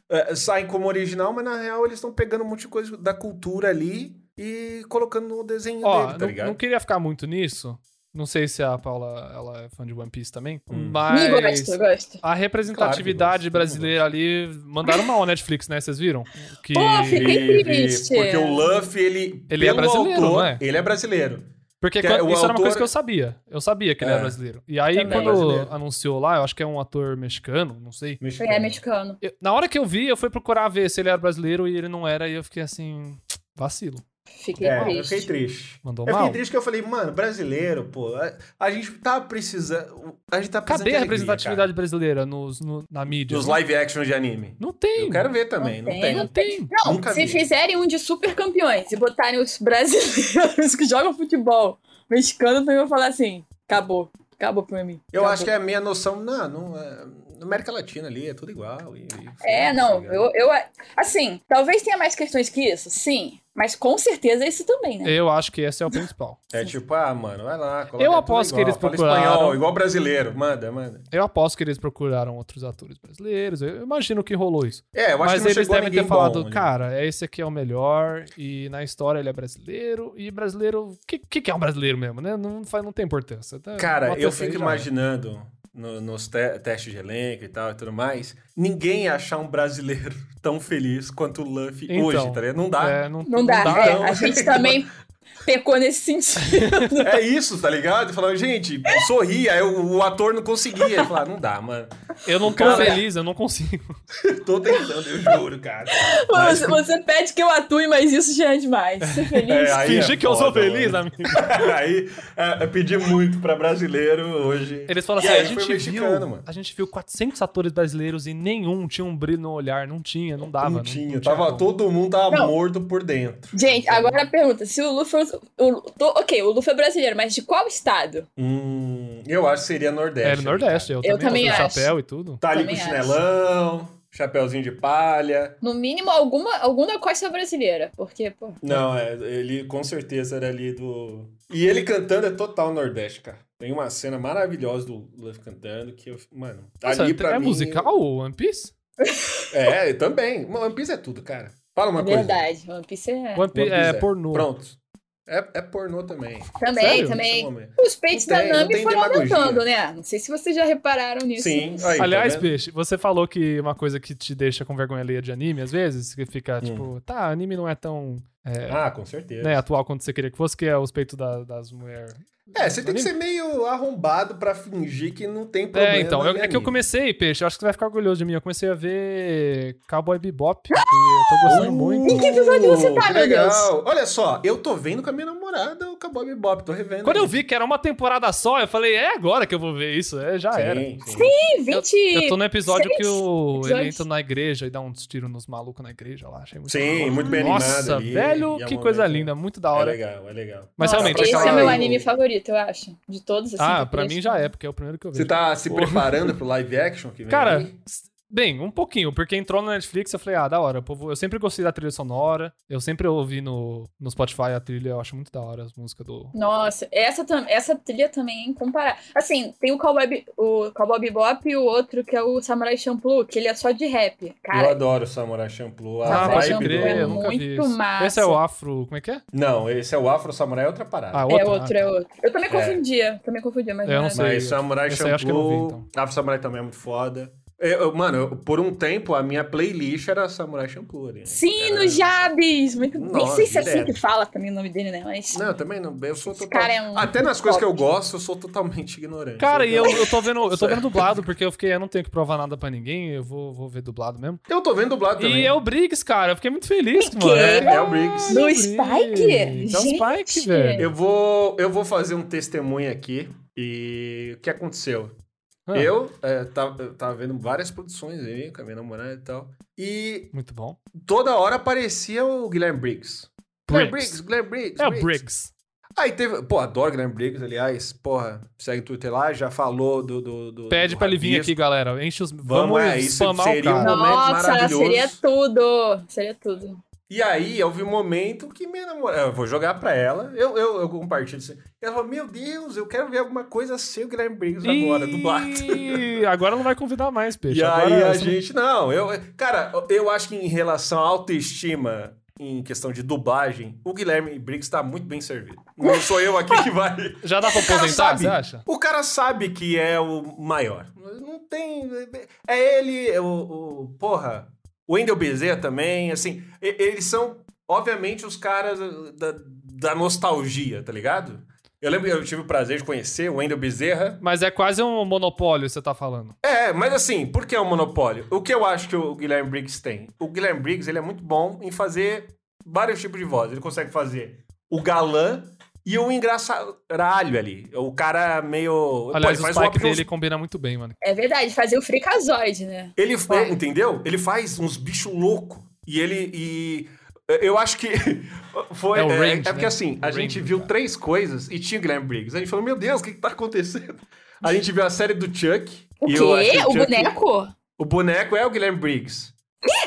S2: é, saem como original, mas na real eles estão pegando um monte de coisa da cultura ali e colocando no desenho
S1: Ó,
S2: dele, tá
S1: não,
S2: ligado?
S1: não queria ficar muito nisso. Não sei se a Paula ela é fã de One Piece também,
S2: Hum.
S3: Me
S1: mas.
S3: gosto, eu gosto.
S1: A
S2: Claro que
S1: representatividade
S2: gosto,
S1: brasileira ali. Mandaram mal Netflix, né? Vocês viram? Que...
S3: Pô, fica- Fiquei
S2: Teve,
S3: triste.
S2: Porque o Luffy, ele,
S1: Ele é brasileiro,
S2: autor,
S1: não é?
S2: ele é brasileiro.
S1: Porque
S2: Que é-
S1: quando-
S2: o
S1: isso era uma coisa
S2: autor-
S1: que eu sabia. Eu sabia que ele
S2: É.
S1: era brasileiro. E aí,
S3: Também. é
S1: quando
S2: Brasileiro.
S1: anunciou lá, eu acho que é um ator mexicano, não sei.
S3: É mexicano.
S1: Eu- na hora que eu vi, eu fui procurar ver se ele era brasileiro e ele não era, e eu fiquei assim, vacilo.
S3: Fiquei
S2: É, eu
S3: triste.
S2: fiquei triste.
S1: Mandou
S2: Eu fiquei
S1: mal.
S2: triste que eu falei, mano, brasileiro, pô, a, a gente tá precisando. A gente tá precisando.
S1: Cadê
S2: de
S1: a
S2: alegria,
S1: representatividade brasileira nos, no- na
S2: cara.
S1: mídia?
S2: Dos live action de anime?
S1: Não tem.
S2: Eu quero ver também, não,
S3: Não
S2: tem.
S3: tem.
S1: Não tem.
S3: Não,
S2: Nunca
S3: se
S2: vi.
S3: fizerem um de super campeões e botarem os brasileiros que jogam futebol mexicano, eu vou falar assim: acabou. Acabou pra mim.
S2: Eu acho que é a minha noção, não, não é- na América Latina ali é tudo igual. e- e-
S3: É, não,
S2: tá ligado?
S3: eu, eu. Assim, talvez tenha mais questões que isso, sim. Mas com certeza isso também, né?
S1: Eu acho que esse é o principal.
S2: É tipo, ah, mano, vai lá. coloca
S1: Eu
S2: tudo
S1: aposto que
S2: igual,
S1: eles
S2: fala
S1: procuraram-
S2: espanhol, igual brasileiro, manda, manda.
S1: Eu aposto que eles procuraram outros atores brasileiros. Eu imagino que rolou isso.
S2: É, eu acho
S1: Mas
S2: que não
S1: eles
S2: chegou a
S1: devem
S2: ninguém
S1: ter falado,
S2: bom, né? ali.
S1: cara, esse aqui é o melhor, e na história ele é brasileiro, e brasileiro. O que, que que é um brasileiro mesmo, né? Não, faz, não tem importância. Tá-
S2: Cara,
S1: bota
S2: eu
S1: esse aí
S2: fico
S1: já era.
S2: imaginando no- nos te- testes de elenco e tal e tudo mais, ninguém ia achar um brasileiro tão feliz quanto o Luffy
S1: Então,
S2: hoje, tá ligado? Não dá.
S1: É, não,
S3: Não dá,
S2: dá,
S3: é,
S2: não.
S3: A gente também pecou nesse sentido.
S2: É, isso, tá ligado? Falando, gente, sorri, aí o, o ator não conseguia. Ele falava, não dá, mano.
S1: Eu não tô
S2: Cara.
S1: feliz, eu não consigo.
S2: Tô tentando, eu juro, cara. Mas-
S3: Você, você pede que eu atue, mas isso já é demais. Ser feliz.
S2: É, aí
S1: Fingir
S2: é
S1: que eu sou
S2: foda,
S1: feliz,
S2: mano.
S1: amigo.
S2: aí, é, é pedir muito pra brasileiro hoje.
S1: Eles falam
S2: E
S1: assim:
S2: aí
S1: a
S2: foi
S1: gente,
S2: mexicano,
S1: viu,
S2: mano.
S1: a gente viu 400 atores brasileiros e nenhum tinha um brilho no olhar. Não tinha, né? não dava.
S2: não tinha, tava,
S1: como.
S2: todo mundo tava
S3: Não.
S2: morto por dentro.
S3: Gente, agora a pergunta: se o Luffy. O, tô- ok, o Luffy é brasileiro, mas de qual estado?
S2: Hum, eu acho que seria Nordeste.
S1: Era É, no
S2: ali,
S1: Nordeste, eu, também,
S3: Eu também
S1: com o
S3: acho.
S1: chapéu e tudo.
S2: Tá ali com
S3: Também acho.
S2: chinelão, chapéuzinho de palha.
S3: No mínimo, alguma, alguma da costa brasileira. Porque, pô.
S1: Uhum.
S2: Não, é, ele com certeza era ali do. E ele cantando é total Nordeste, cara. Tem uma cena maravilhosa do Luffy cantando que eu. Mano,
S1: Nossa,
S2: ali
S1: é
S2: pra mim.
S1: musical o One Piece?
S2: É, eu também. Mano, One Piece é tudo, cara. Fala uma
S3: é
S2: coisa.
S3: verdade. One Piece é.
S1: One Piece é, pornô.
S2: Pronto. É, é pornô também.
S3: Também,
S1: Sério?
S3: também.
S2: Nesse momento.
S3: Os peitos
S2: Não
S3: da
S2: tem- não
S3: Nami
S2: tem
S3: foram
S2: demagogia.
S3: aumentando, né? Não sei se vocês já repararam nisso.
S2: Sim, aí, tá
S1: Aliás,
S2: vendo?
S1: Peixe, você falou que uma coisa que te deixa com vergonha alheia de anime, às vezes, que
S2: Hum.
S1: fica tipo, tá, anime não é tão é,
S2: Ah, com certeza.
S1: né, atual quanto você queria que fosse, que é os peitos da- das mulheres.
S2: É, você tem que
S1: Anime?
S2: ser meio arrombado pra fingir que não tem problema.
S1: É, então, eu- é
S2: em
S1: que eu
S2: anime.
S1: comecei, Peixe, eu acho que você vai ficar orgulhoso de mim. Eu comecei a ver Cowboy Bebop, e
S2: Uh!
S1: eu tô gostando muito.
S3: Uh, que episódio você tá,
S2: que
S3: meu
S2: legal. Olha só, eu tô vendo com a minha namorada o época Bob Bop, tô revendo.
S1: Quando eu
S2: aí.
S1: vi que era uma temporada só, eu falei, é agora que eu vou ver isso. É, já era.
S2: Sim, sim.
S3: Ih, 20.
S1: Eu tô no episódio
S3: Seis
S1: que o, ele
S3: episódios.
S1: entra na igreja e dá uns tiros nos malucos na igreja lá. Achei muito
S2: Sim, muito bem animado.
S1: Nossa,
S2: ali,
S1: velho,
S2: e é
S1: que
S2: um
S1: coisa
S2: momento-
S1: linda, muito da
S2: É
S1: hora.
S2: legal, é legal.
S1: Mas
S3: Nossa,
S1: realmente,
S3: Esse
S1: aquela-
S3: é meu anime favorito, eu acho. De todos, assim.
S1: ah,
S3: que eu
S1: pra
S3: conheço.
S1: mim já é, porque é o primeiro que eu vi.
S2: Você tá se preparando pro live action que vem?
S1: Cara,
S2: aí?
S1: s- bem, um pouquinho, porque entrou na Netflix eu falei, ah, da hora. povo- Eu sempre gostei da trilha sonora, eu sempre ouvi no, no Spotify a trilha, eu acho muito da hora as músicas do.
S3: Nossa, essa, tam- essa trilha também é incomparável. Assim, tem o Cowboy, Bi- o Cowboy Bebop e o outro que é o Samurai Champloo, que ele é só de rap.
S2: eu
S3: Cara,
S2: adoro Samurai Champloo.
S1: Ah,
S2: A
S3: Samurai
S1: pode
S2: vibe
S3: Champloo
S2: do-
S1: crer,
S3: é
S1: eu nunca vi.
S3: muito
S1: Isso.
S3: massa.
S1: Esse é o afro. Como é que é?
S2: Não, esse é o Afro Samurai, é outra parada.
S1: Ah,
S3: é
S1: outro.
S3: outro, é outro. Eu também
S2: É.
S3: confundia, também confundia, mas
S1: Eu não
S3: é.
S1: sei.
S2: Mas Samurai
S1: Esse aí eu acho que eu não vi,
S2: Champloo...
S1: então.
S2: Afro Samurai também é muito foda. Eu- eu- mano, eu- por um tempo, a minha playlist era Samurai Champloo. né? ali.
S3: Sim,
S2: Era-
S3: no Jabes! Muito- Nem
S2: É. Nossa,
S3: sei se é assim
S2: direto.
S3: que fala também o nome dele, né? Mas.
S2: Não, eu também não. Eu sou
S3: Esse
S2: total...
S3: cara é um
S2: Até nas coisas que eu
S3: top.
S2: gosto, eu sou totalmente ignorante.
S1: Cara, e eu,
S2: Então,
S1: eu tô vendo, eu tô vendo dublado, porque eu fiquei, eu não tenho que provar nada pra ninguém, eu vou, vou ver dublado mesmo.
S2: Eu tô vendo dublado também.
S1: E é o Briggs, cara, eu fiquei muito feliz,
S3: Que
S1: mano.
S2: É, é o Briggs.
S3: Do
S1: Olha o
S3: Spike?
S1: É o Spike,
S3: Gente.
S1: velho.
S2: Eu vou, eu vou fazer um testemunho aqui. E o que aconteceu?
S1: Ah,
S2: Eu é, tava, eu tava vendo várias produções aí com a minha namorada e tal. E
S1: Muito bom.
S2: toda hora aparecia o Guilherme Briggs. Guilherme Briggs, Guilherme Briggs.
S1: É o Briggs.
S2: Aí teve. Pô, adoro Guilherme Briggs, aliás. Porra, segue o Twitter lá, já falou do. do, do
S1: Pede
S2: do
S1: pra ele vir
S2: rabisco.
S1: aqui, galera. Enche os. Vamos,
S2: é, isso
S1: spamar
S2: seria
S1: o
S2: um-
S1: cara.
S2: momento
S3: Nossa,
S2: maravilhoso.
S3: seria tudo! Seria tudo.
S2: E aí eu vi um momento que minha namorada. Eu vou jogar pra ela. Eu, eu, eu compartilho isso. E ela falou: Meu Deus, eu quero ver alguma coisa sem o Guilherme Briggs agora, dublado.
S1: Ih, Agora não vai convidar mais, peixe.
S2: E
S1: Agora assim?
S2: aí a
S1: você não-
S2: gente. Não, eu. Cara, eu acho que em relação à autoestima, em questão de dublagem, o Guilherme Briggs tá muito bem servido. Não sou eu aqui que vai.
S1: Já dá pra
S2: O cara
S1: aposentar,
S2: sabe.
S1: você acha?
S2: O cara sabe que é o maior. Não tem. É ele, é o. o porra. O Wendel Bezerra também, assim. e- Eles são, obviamente, os caras da, da nostalgia, tá ligado? Eu lembro que eu tive o prazer de conhecer o Wendel Bezerra.
S1: Mas é quase um monopólio, você tá falando.
S2: É, mas assim, por que é um monopólio? O que eu acho que o Guilherme Briggs tem? O Guilherme Briggs, ele é muito bom em fazer vários tipos de voz. Ele consegue fazer o galã e o engraçaralho ali. O cara meio... Pô,
S1: Aliás,
S2: ele
S1: o
S2: faz
S1: Spike
S2: uma-
S1: dele combina muito bem, mano.
S3: É verdade, fazia o Freakazoid, né?
S2: Ele, é, entendeu? Ele faz uns bichos loucos. E ele. E, eu acho que. Foi,
S1: É
S2: é,
S1: o
S2: é,
S1: range,
S2: porque
S1: né?
S2: assim, a
S1: O
S2: gente
S1: range,
S2: viu
S1: cara.
S2: três coisas e tinha o Guilherme Briggs. A gente falou, meu Deus, o que, que tá acontecendo? A gente viu a série do Chuck.
S3: O
S2: e
S3: quê?
S2: eu acho que
S3: O
S2: Chuck-
S3: boneco?
S2: O boneco é o Guilherme Briggs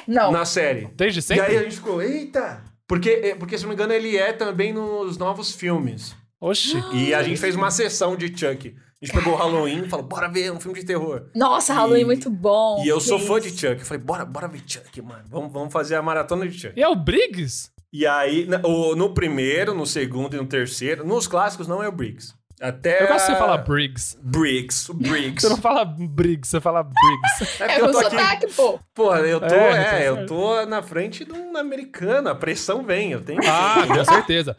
S3: Não.
S2: na série.
S1: Desde sempre?
S2: E aí a gente ficou, eita! Porque, é, porque, se não me engano, ele é também nos novos filmes.
S1: Oxi.
S2: E a gente fez uma sessão de Chuck. A gente pegou o Halloween e falou, bora ver um filme de terror.
S3: Nossa,
S2: E-
S3: Halloween muito bom.
S2: E eu
S3: que
S2: sou fã
S3: isso.
S2: de Chuck. Eu falei, bora, bora ver Chuck, mano. Vamos, vamos fazer a maratona de Chuck.
S1: E é o Briggs?
S2: E aí, na- o- no primeiro, no segundo e no terceiro, nos clássicos não é o Briggs. Até.
S1: Eu gosto de você
S2: a-
S1: falar Briggs.
S2: Briggs, Briggs.
S1: Você não fala Briggs, você fala Briggs.
S2: É
S3: É
S2: porque
S3: com
S2: eu tô aqui.
S3: sotaque, pô.
S2: Porra, eu tô.
S1: É, tá
S2: É, eu
S1: certo.
S2: tô na frente de um americano. A pressão vem, eu tenho.
S1: ah, com certeza.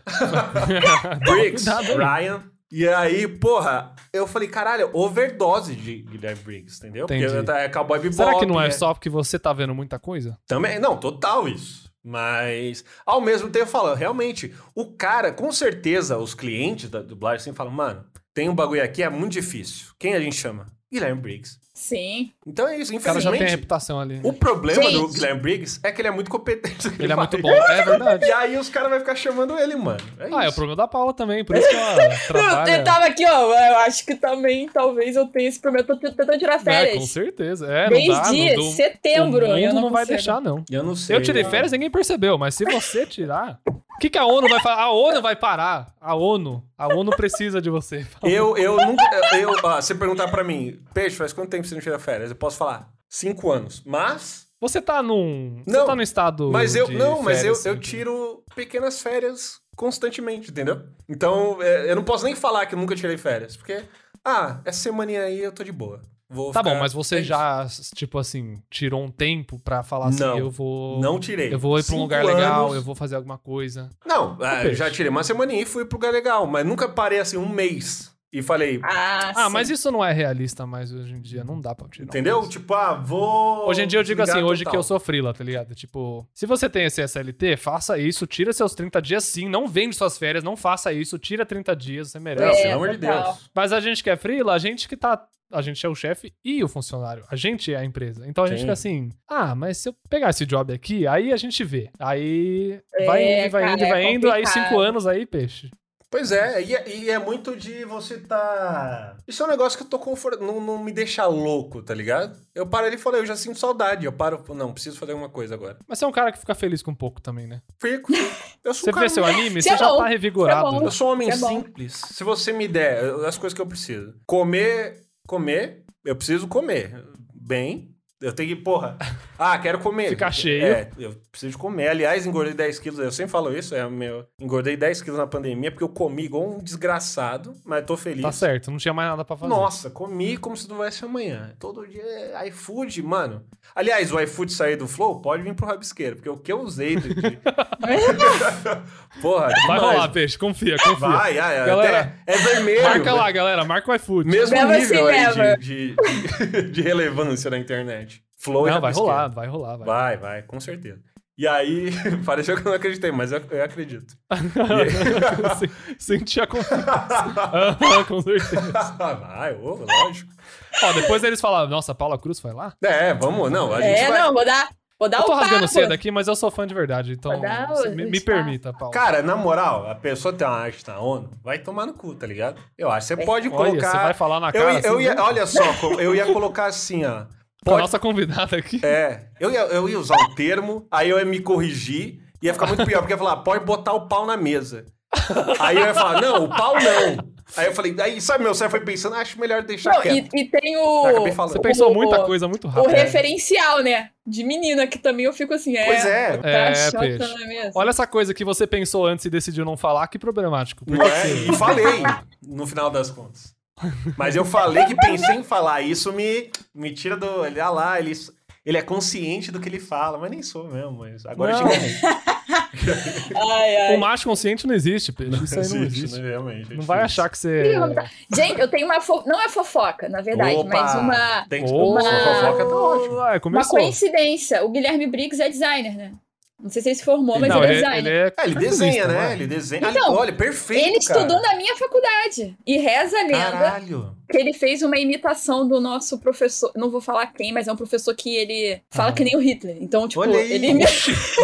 S2: Briggs,
S1: Cuidado aí.
S2: Ryan. E aí, porra, eu falei, caralho, overdose de Guilherme Briggs, entendeu?
S1: Entendi.
S2: Porque tá- é cowboy bebop.
S1: Será que não é
S2: né?
S1: só porque você tá vendo muita coisa?
S2: Também, não, total isso. Mas, ao mesmo tempo, fala, realmente, o cara, com certeza, os clientes da dublagem sempre falam, mano, tem um bagulho aqui, é muito difícil. Quem a gente chama? Guilherme Briggs.
S3: Sim.
S2: Então é isso,
S1: O cara já tem a
S2: infelizmente.
S1: reputação ali.
S2: O problema do
S3: Gente.
S2: Guilherme Briggs é que ele é muito competente.
S1: Ele é muito
S2: vai-
S1: bom. É verdade.
S2: E aí os caras vão ficar chamando ele, mano. É
S1: Ah, é o
S2: isso.
S1: problema da Paula também, por isso que ela
S3: Não,
S1: trabalha.
S3: eu tava aqui, ó. Eu acho que também, talvez eu tenha esse problema. Eu tô t- tentando tirar
S1: É, com
S3: férias.
S1: certeza. É, não
S3: Desde
S1: dá. não- do-
S3: setembro.
S1: O mundo
S3: eu
S1: não, vai
S3: consigo.
S1: deixar, não.
S2: Eu não sei.
S1: Eu tirei
S2: né?
S1: férias, ninguém percebeu, mas se você tirar. O que, que a ONU vai falar? A ONU vai parar. A ONU. A ONU precisa de você.
S2: Eu, eu nunca. Eu, ó, você perguntar pra mim, Peixe, faz quanto tempo você não tira férias? Eu posso falar, cinco anos. Mas.
S1: Você tá num. Você
S2: Não,
S1: tá num estado.
S2: Mas eu
S1: de
S2: não, mas eu,
S1: férias,
S2: eu
S1: assim,
S2: tiro pequenas férias constantemente, entendeu? Então é, eu não posso nem falar que eu nunca tirei férias, porque ah, essa semaninha aí eu tô de boa. Vou
S1: Tá
S2: ficar-
S1: bom, mas você
S2: é
S1: já, tipo assim, tirou um tempo pra falar assim,
S2: Não,
S1: eu vou.
S2: isso. não tirei.
S1: Eu vou ir pra um
S2: Cinco
S1: lugar legal,
S2: anos-
S1: eu vou fazer alguma coisa.
S2: Não, ah, eu
S1: peixe.
S2: já tirei uma semaninha e fui pro lugar legal, mas nunca parei assim um mês E falei,
S3: Ah,
S1: Ah,
S3: sim.
S1: mas isso não é realista mais hoje em dia. Não dá pra tirar. um
S2: entendeu?
S1: preço.
S2: Tipo, ah, vou.
S1: Hoje em dia eu digo assim,
S2: desligar
S1: hoje
S2: total.
S1: que eu sou frila, tá ligado? Tipo, se você tem esse SLT, faça isso, tira seus 30 dias sim, não vende suas férias, não faça isso, tira 30 dias, você
S2: Não,
S1: merece.
S3: É.
S2: pelo amor de
S3: total.
S2: Deus.
S1: Mas a gente que é frila, a gente que tá. A gente é o chefe e o funcionário. A gente é a empresa. Então a gente
S2: Sim.
S1: fica assim: ah, mas se eu pegar esse job aqui, aí a gente vê. Aí
S3: É,
S1: vai indo, vai
S3: cara,
S1: indo, vai
S3: é
S1: indo, aí
S3: complicado.
S1: cinco anos aí, peixe.
S2: Pois é, e, é- e é muito de você tá. Isso é um negócio que eu tô confortável. Não, não me deixa louco, tá ligado? Eu paro ali e falei, eu já sinto saudade. Eu paro, não, preciso fazer alguma coisa agora.
S1: Mas você é um cara que fica feliz com pouco também, né?
S2: Fico. Eu sou
S1: Você
S2: um cara
S1: vê seu anime,
S3: Isso
S1: você
S3: é
S1: já
S3: bom,
S1: tá
S3: isso é
S1: revigorado.
S3: bom.
S2: Eu sou um homem
S3: Que é bom.
S2: simples. Se você me der eu- as coisas que eu preciso, comer, comer, eu preciso comer bem. Eu tenho que, porra. Ah, quero comer.
S1: Ficar cheio.
S2: É, eu preciso de comer. Aliás, engordei 10 quilos. Eu sempre falo isso. É o meu. Engordei 10 quilos na pandemia porque eu comi igual um desgraçado, mas tô feliz.
S1: Tá certo, não tinha mais nada pra fazer.
S2: Nossa, comi como se não houvesse amanhã. Todo dia é iFood, mano. Aliás, o iFood sair do Flow pode vir pro Rabisqueiro, porque o que eu usei do de... Porra,
S1: Vai
S2: demais.
S1: rolar, peixe, confia, confia.
S2: Vai, ai, ai,
S1: Galera,
S2: até- é vermelho.
S1: Marca lá, galera, marca o iFood.
S2: Mesmo
S3: Never
S2: nível
S3: say
S2: aí
S3: never.
S2: de, de- de relevância na internet. Flow e
S1: Não, vai
S2: rabisqueiro.
S1: rolar, vai rolar, vai.
S2: Vai, vai, com certeza. E aí, pareceu que eu não acreditei, mas eu, eu acredito. E-
S1: Sen- Senti a confiança. Aham, com certeza.
S2: vai, ô, lógico.
S1: Ó, depois eles falaram, nossa, a Paula Cruz foi lá?
S2: É, vamos, não, a gente
S3: É,
S2: vai...
S3: não, vou dar, vou dar
S1: Eu tô
S3: o papo.
S1: rasgando cedo aqui, mas eu sou fã de verdade, então
S3: Vai dar
S1: você
S3: o-
S1: me,
S3: o
S1: me
S3: espaço.
S1: permita, Paulo.
S2: Cara, na moral, a pessoa tem uma arte na ONU, vai tomar no cu, tá ligado? Eu acho, você pode
S1: É. Olha,
S2: colocar...
S1: você vai falar na
S2: eu,
S1: cara.
S2: ia- eu
S1: assim,
S2: ia,
S1: né?
S2: olha só, co- eu ia colocar assim, ó.
S1: Com a
S2: Pode-
S1: nossa convidada aqui.
S2: É, eu ia, eu ia usar um termo, aí eu ia me corrigir, ia ficar muito pior, porque eu ia falar, pode botar o pau na mesa. Aí eu ia falar, não, o pau não. Aí eu falei, aí sabe, meu cérebro foi pensando, "Ah, acho melhor deixar
S3: Não,
S2: quieto.
S3: e, e tem
S2: Eu acabei
S3: o,
S2: falando.
S1: Você pensou
S3: o-
S1: muita coisa muito
S3: o
S1: rápido.
S3: referencial, né? De menina, que também eu fico assim, é.
S2: Pois é,
S1: É,
S3: Tá chata,
S1: peixe.
S3: não é mesmo?
S1: Olha essa coisa que você pensou antes e decidiu não falar, que problemático.
S2: não é? E falei, no final das contas. Mas eu falei que pensei em falar, isso me, me tira do. Ele, ah lá, ele, ele é consciente do que ele fala, mas nem sou mesmo, mas agora
S1: Não.
S2: chega aí.
S3: Ai, ai.
S1: O macho consciente não existe, peixe. Isso aí não existe.
S2: né, realmente, é
S1: Não vai
S2: difícil.
S1: achar que é você.
S3: tá- Gente, eu tenho uma. fo- Não é fofoca, na verdade,
S2: Opa,
S3: mas uma.
S2: Tem,
S1: Opa.
S2: Uma fofoca tá ótimo.
S1: Ah,
S3: Uma
S1: começou.
S3: coincidência. O Guilherme Briggs é designer, né? Não sei se ele se formou, mas
S1: Não,
S3: ele é
S1: ele,
S3: designer.
S1: ele
S3: Ele,
S1: é
S2: É, ele
S1: cartunista,
S2: desenha,
S1: não
S2: né?
S1: é?
S2: Ele desenha.
S3: Então,
S2: Ali, olha, perfeito. cara.
S3: estudou na minha faculdade. E reza a lenda
S2: Caralho.
S3: que ele fez uma imitação do nosso professor. Não vou falar quem, mas é um professor que ele fala
S1: Ah.
S3: que nem o Hitler. Então, tipo,
S2: Olha aí.
S3: ele imita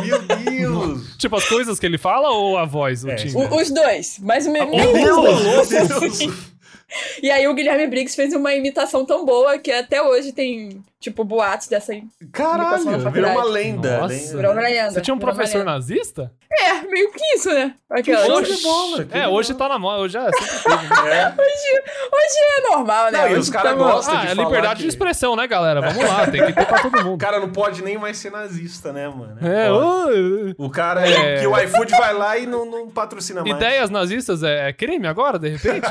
S2: Meu Deus.
S1: Tipo, as coisas que ele fala ou a voz, o
S2: É,
S1: time?
S2: isso.
S3: o- os dois. Mas o
S2: Meu Deus.
S3: E aí o Guilherme Briggs fez uma imitação tão boa que até hoje tem, tipo, boatos dessa Imitação
S2: Caralho.
S3: da
S2: Virou uma
S3: faculdade.
S2: lenda.
S1: Nossa.
S2: lenda.
S3: Virou uma lenda.
S1: Você tinha um
S3: virou uma
S1: professor
S3: lenda.
S1: nazista?
S3: É, meio que isso, né? Aquela-
S2: Show
S3: Hoje
S2: de bola. que
S1: É, hoje
S2: legal.
S1: tá na moda. Hoje é. sempre teve, né?
S2: É.
S3: é normal, né?
S2: Não, e
S3: Hoje
S2: os caras
S3: tamo-
S2: gostam
S1: Ah,
S2: de
S1: é
S2: falar
S1: liberdade
S2: que-
S1: de expressão, né, galera? Vamos lá, tem que ter pra todo
S2: O
S1: mundo.
S2: cara não pode nem mais ser nazista, né, mano?
S1: É,
S2: Foda.
S1: ô,
S2: O cara é...
S1: É.
S2: que o iFood vai lá e não, não patrocina mais.
S1: ideias nazistas é crime agora, de repente?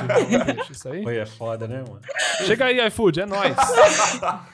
S1: Isso aí.
S2: Foi, é foda, né, mano?
S1: Chega aí, iFood, é nóis.
S3: tá-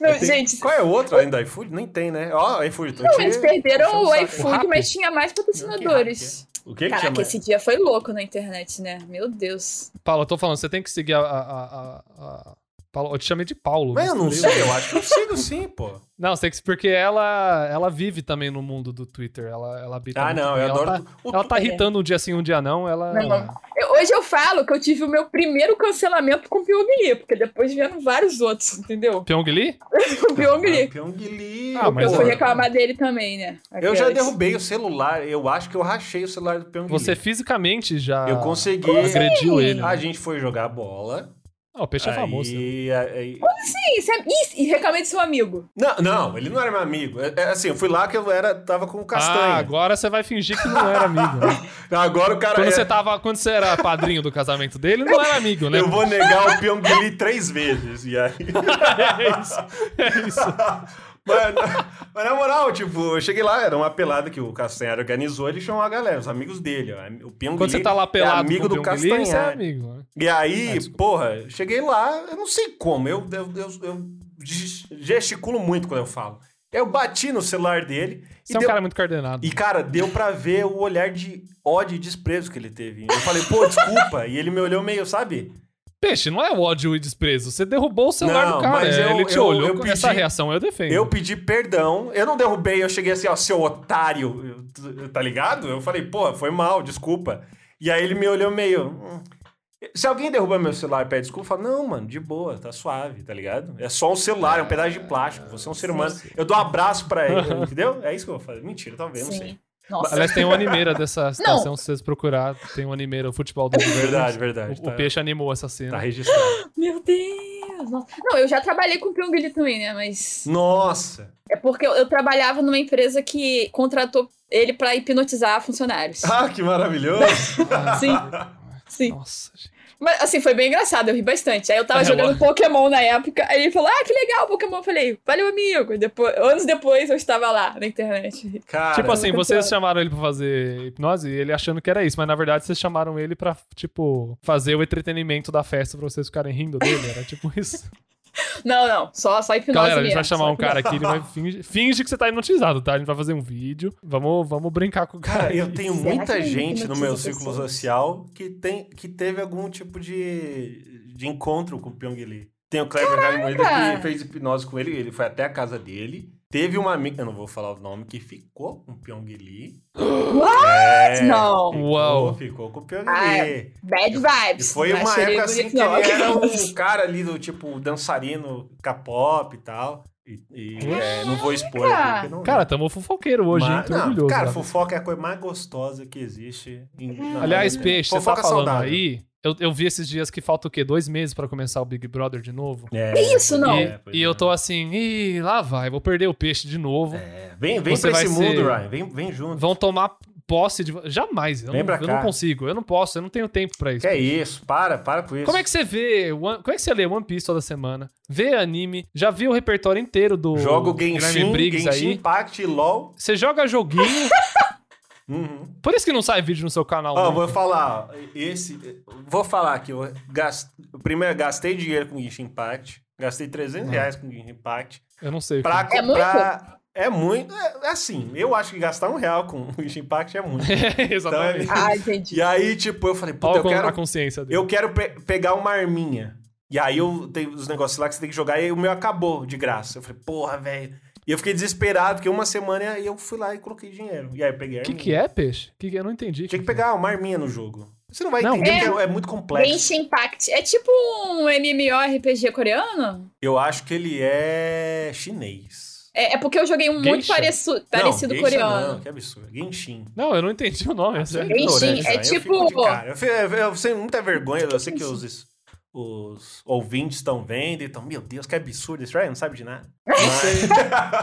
S3: Não,
S2: Tem-
S3: Gente,
S2: Qual é o outro ainda? iFood? Nem tem, né? Ó, iFood. tô
S3: não,
S2: te-
S3: eles
S2: Deixa
S3: perderam
S2: eu
S3: o
S2: saber.
S1: Rap?
S3: iFood, mas tinha mais patrocinadores.
S2: O que que
S3: Caraca,
S2: chama?
S3: esse dia foi louco na internet, né? Meu Deus.
S1: Paulo, eu tô falando, você tem que seguir a. a- a- a- a- Paulo, eu te chamei de Paulo.
S2: Mas eu não
S1: misturei.
S2: sei, eu acho que eu sigo sim, pô.
S1: Não, você tem que. Porque ela, ela vive também no mundo do Twitter. Ela, ela habita.
S2: Ah,
S1: muito
S2: não,
S1: bem.
S2: eu
S1: ela
S2: adoro.
S1: tá-
S2: o-
S1: Ela tá irritando um dia sim, um dia não. Ela.
S3: É. Não. Eu- hoje eu falo que eu tive o meu primeiro cancelamento com o Pyongyi, porque depois vieram vários outros, entendeu?
S1: Pyong Lee?
S3: Com o Pyongyi.
S2: Pyongyi.
S1: Ah, mas
S3: Eu fui
S1: Porra.
S3: reclamar dele também, né?
S2: Eu já
S3: Aquelas.
S2: derrubei o celular, eu acho que eu rachei o celular do Pyongyi.
S1: Você fisicamente já
S2: Eu consegui.
S1: agrediu ele. né?
S2: A gente foi jogar bola.
S1: Ah, o peixe é
S2: aí-
S1: famoso.
S2: aí-
S3: Sim, isso é- isso- e reclamei de seu amigo.
S2: Não, não, ele não era meu amigo. É, é assim, eu fui lá que eu era, tava com o
S1: Ah,
S2: castanho.
S1: agora você vai fingir que não era amigo. né?
S2: agora... o cara.
S1: quando,
S2: é-
S1: você tava, quando você era padrinho do casamento dele, não era amigo, né?
S2: Eu vou negar o Pyongyi três vezes. E aí.
S1: É isso. É isso.
S2: Mano, mas na moral, tipo, eu cheguei lá, era uma pelada que o Castanhar organizou, ele chamou a galera, os amigos dele. ó. O Pyongyi
S1: Quando você tá lá pelado
S2: é amigo
S1: com
S2: do
S1: o Pyong Lee, você é
S2: Castanhar.
S1: amigo. né?
S2: E aí,
S1: Ah, desculpa.
S2: porra, eu cheguei lá, eu não sei como, eu, eu, eu- eu gesticulo muito quando eu falo. Eu bati no celular dele
S1: Você
S2: e,
S1: é um
S2: deu,
S1: cara muito coordenado.
S2: e, cara, deu pra ver o olhar de ódio e desprezo que ele teve. Eu falei, pô, desculpa. e ele me olhou meio, sabe?
S1: Peixe, não é ódio e desprezo. Você derrubou o celular
S2: Não,
S1: do cara.
S2: mas
S1: é,
S2: eu-
S1: ele te
S2: eu-
S1: olhou.
S2: eu
S1: com
S2: pedi-
S1: Essa reação eu defendo.
S2: Eu pedi perdão, eu não derrubei, eu cheguei assim, ó, seu otário, eu- tá ligado? Eu falei, pô, foi mal, desculpa. E aí ele me olhou meio. "Hum." Se alguém derrubar meu celular e pede desculpa, fala, não, mano, de boa, tá suave, tá ligado? É só um celular, é um pedaço de plástico, você é um ser humano. Eu dou um abraço pra ele, entendeu? É isso que eu falo. Mentira, talvez, não sei.
S3: Sim. Nossa.
S1: Aliás, tem um animeira dessa situação, se vocês procurar, tem um animeira, o futebol do Juventus.
S2: Verdade, verdade.
S1: O,
S2: tá,
S1: o Peixe animou essa
S2: tá
S1: cena.
S2: registrado.
S3: Meu Deus! nossa. Não, eu já trabalhei com Pyong também, né? Mas
S2: Nossa!
S3: é porque eu, eu trabalhava numa empresa que contratou ele pra hipnotizar funcionários.
S2: Ah, que maravilhoso!
S3: Sim. Sim.
S1: Ah, Nossa, gente.
S3: Mas assim, foi bem engraçado, eu ri bastante. Aí eu tava
S1: É,
S3: jogando
S1: lógico.
S3: Pokémon na época, aí ele falou: Ah, que legal, Pokémon. Eu falei, valeu, amigo. E Depois, anos depois eu estava lá na internet.
S2: Cara,
S1: tipo assim,
S3: eu vou
S1: vocês
S3: cantar.
S1: chamaram ele pra fazer hipnose e ele achando que era isso, mas na verdade vocês chamaram ele pra, tipo, fazer o entretenimento da festa pra vocês ficarem rindo dele. Era tipo isso.
S3: Não, não, só, só hipnose.
S1: Galera, a gente
S3: mesmo,
S1: vai chamar
S3: só
S1: um cara aqui, ele vai fingir, finge que você tá hipnotizado, tá? A gente vai fazer um vídeo. Vamos, vamos brincar com o cara.
S2: Cara, eu
S1: aqui.
S2: tenho
S3: Será que
S2: muita
S3: ele
S2: gente no meu
S3: hipnotiza
S2: círculo
S3: pessoas?
S2: social que, tem, que teve algum tipo de, de encontro com o Pyong Lee. Tem o Kleber Raimundo que fez hipnose com ele, ele foi até a casa dele. Teve uma amiga, eu não vou falar o nome, que ficou com o Pyong Lee.
S3: What?
S2: É,
S3: Não.
S2: Ficou,
S1: Uau.
S2: ficou com o Pyong
S3: Ah,
S2: Lee.
S3: Bad
S2: E
S3: vibes.
S2: foi
S3: Não
S2: uma
S3: achei
S2: época
S3: bonito,
S2: assim que
S3: não.
S2: ele era um cara ali do tipo dançarino K-pop e tal. E, e, é, não vou expor aqui, porque não
S1: Cara, tamo fofoqueiro hoje, hein?
S2: Mas-
S1: Tô
S2: não,
S1: orgulhoso.
S2: Cara,
S1: né?
S2: fofoca é a coisa mais gostosa que existe. em- na
S1: Aliás,
S2: vida.
S1: Peixe, você tá
S2: né? Fofoca
S1: falando
S2: saudável.
S1: aí. Eu, eu vi esses dias que falta o quê? Dois meses pra começar o Big Brother de novo.
S2: É,
S3: Que isso, não?
S1: E,
S2: É, pois
S1: e
S2: é.
S1: eu tô assim, ih, lá vai, vou perder o peixe de novo.
S2: É, Vem, vem
S1: Você
S2: pra esse
S1: vai
S2: mundo,
S1: ser-
S2: Ryan. Vem, vem junto.
S1: Vão tomar posse de. Jamais, eu, não,
S2: Vem pra
S1: eu
S2: cá.
S1: não consigo, eu não posso, eu não tenho tempo pra isso.
S2: Que é isso? Para, para com isso.
S1: Como é que você vê. One- Como é que você lê One Piece toda semana? Vê anime, já viu o repertório inteiro do
S2: Joga o
S1: Guilherme
S2: Genshin,
S1: Briggs
S2: Genshin
S1: aí.
S2: Impact, LOL.
S1: Você joga joguinho,
S2: Uhum.
S1: por isso que não sai vídeo no seu canal.
S2: Ó,
S1: né?
S2: vou falar, ó, esse... Vou falar aqui, eu gast... primeiro gastei dinheiro com Genshin Impact, gastei 300
S1: Uhum.
S2: reais com Genshin Impact,
S1: Eu não sei.
S2: pra
S1: filho.
S3: É
S2: comprar... É muito, é, é assim, eu acho que gastar um real com Genshin Impact é muito.
S1: Exatamente.
S3: Ah, entendi.
S2: E aí, tipo, eu falei, puta,
S1: Olha
S2: eu
S1: com-
S2: quero
S1: a consciência dele.
S2: Eu quero pe- pegar uma arminha. E aí eu tenho os negócios lá que você tem que jogar e o meu acabou de graça. Eu falei, porra, velho. E eu fiquei desesperado, porque uma semana eu fui lá e coloquei dinheiro. E aí eu peguei a
S1: O que,
S2: arminha.
S1: que é, peixe? Que que- eu não entendi.
S2: Tinha que pegar uma arminha no jogo. Você não vai
S1: Não,
S2: entender,
S3: é-
S2: porque é, é muito complexo.
S3: Genshin Impact. É tipo um MMORPG coreano?
S2: Eu acho que ele é chinês.
S3: É, é porque eu joguei um muito
S1: Geisha?
S3: pareço-
S2: Não,
S3: parecido
S2: Genshin Não,
S3: coreano.
S2: que absurdo. Genshin.
S1: Não, eu não entendi o nome. é
S2: Você
S1: sério.
S3: Genshin,
S2: ignorante,
S3: é
S2: velho. Eu
S3: tipo-
S2: fico de cara. Eu, fi- eu- eu sei muita vergonha, eu sei que os, os ouvintes estão vendo e estão, meu Deus, que absurdo. Esse Ryan não sabe de nada. Mas-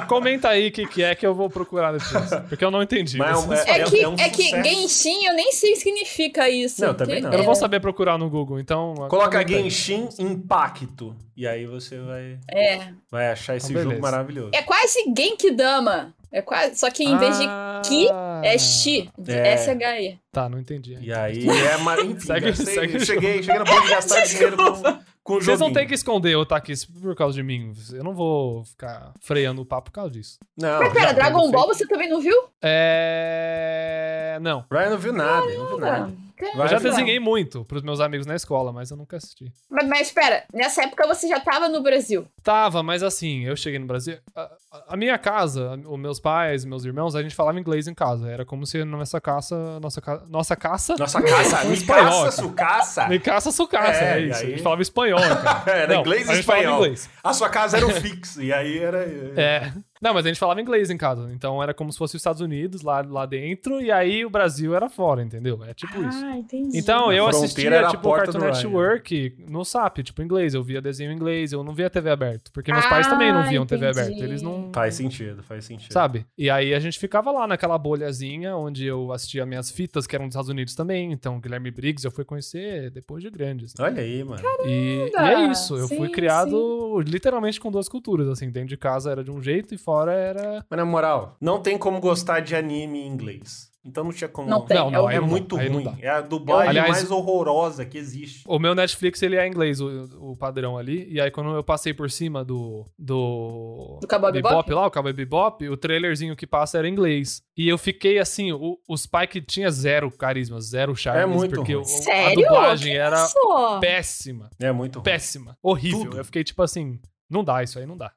S1: Comenta aí o que, que é que eu vou procurar depois. Porque eu não entendi.
S2: Mas é um-
S1: Vocês-
S3: É,
S2: É-
S3: que,
S2: é um
S3: é que
S2: sucesso.
S3: Genshin, eu nem sei o que significa isso.
S2: Não, eu também
S3: Que-
S2: não.
S1: Eu não vou
S3: é-
S1: saber procurar no Google, então.
S2: Coloca
S1: comenta aí.
S2: Genshin Impacto. E aí você vai,
S3: É.
S2: vai achar esse
S1: Então,
S2: jogo
S1: beleza.
S2: maravilhoso.
S3: É quase Genkidama. É quase, só que em vez
S1: Ah.
S3: de Ki, é Shi.
S2: É.
S3: S-H-I.
S1: Tá, não entendi.
S2: Ah. E aí é mar... Enfim,
S1: Segue-
S2: gastei-
S1: segue o
S2: cheguei, cheguei no ponto de gastar dinheiro com, com o jogo.
S1: Vocês não têm que esconder o Takis por causa de mim. Eu não vou ficar freando o papo por causa disso.
S2: Não,
S3: Mas pera,
S2: já-
S3: Dragon Ball você também não viu?
S1: É. Não.
S2: Ryan não viu nada, não viu nada.
S1: Eu já
S2: Vai virar.
S1: desenhei muito pros meus amigos na escola, mas eu nunca assisti.
S3: Mas, mas pera, nessa época você já tava no Brasil.
S1: Tava, mas assim, eu cheguei no Brasil. A, a minha casa, os meus pais, meus irmãos, a gente falava inglês em casa. Era como se nossa caça. Nossa, ca- nossa caça.
S2: Nossa caça, me
S1: espanhol,
S2: caça, sucaça.
S1: Um Me caça sucaça,
S2: É,
S1: é,
S2: e
S1: isso. A
S2: aí?
S1: gente falava espanhol, cara.
S2: Era
S1: Não,
S2: inglês
S1: a
S2: e
S1: gente falava
S2: espanhol.
S1: inglês.
S2: A sua casa era o fixo, e aí era...
S1: É. Não, mas a gente falava inglês em casa. Então era como se fosse os Estados Unidos lá, lá dentro, e aí o Brasil era fora, entendeu? É tipo
S3: Ah,
S1: isso.
S3: entendi.
S1: Então,
S2: A
S1: eu
S2: fronteira
S1: assistia,
S2: era a
S1: tipo, o
S2: porta
S1: Cartoon
S2: do Ryan.
S1: Network no SAP, tipo, inglês. Eu via desenho em inglês, eu não via TV aberta. Porque meus
S3: Ah,
S1: pais também não viam TV
S3: entendi.
S1: aberta. Eles não.
S2: Faz sentido, faz sentido.
S1: Sabe? E aí a gente ficava lá naquela bolhazinha onde eu assistia minhas fitas, que eram dos Estados Unidos também. Então, Guilherme Briggs eu fui conhecer depois de grandes. né?
S2: Olha aí, mano.
S1: E, e
S3: Caramba!
S1: é isso. Eu fui
S3: Sim,
S1: criado literalmente com duas culturas, assim. Dentro de casa era de um jeito e fora era.
S2: Mas na moral, não tem como gostar de anime em inglês. Então não tinha como.
S3: Não tem.
S1: Não,
S3: é
S1: não,
S3: o-
S2: É,
S1: aí não
S2: muito
S1: dá, aí não
S2: ruim.
S1: dá.
S2: É a dublagem
S1: Aliás-
S2: mais horrorosa que existe.
S1: O meu Netflix, ele é em inglês, o, o padrão ali. E aí, quando eu passei por cima do. Do,
S3: Do Cowboy Bebop?
S1: lá, o Cowboy Bebop, o trailerzinho que passa era em inglês. E eu fiquei assim, o, o Spike tinha zero carisma, zero charme.
S2: É muito
S1: Porque
S2: ruim.
S1: o- a
S3: Sério?
S1: dublagem era
S3: Só.
S1: péssima.
S2: É muito ruim.
S1: Péssima. Horrível.
S2: Tudo.
S1: Eu fiquei tipo assim, não dá, isso aí não dá.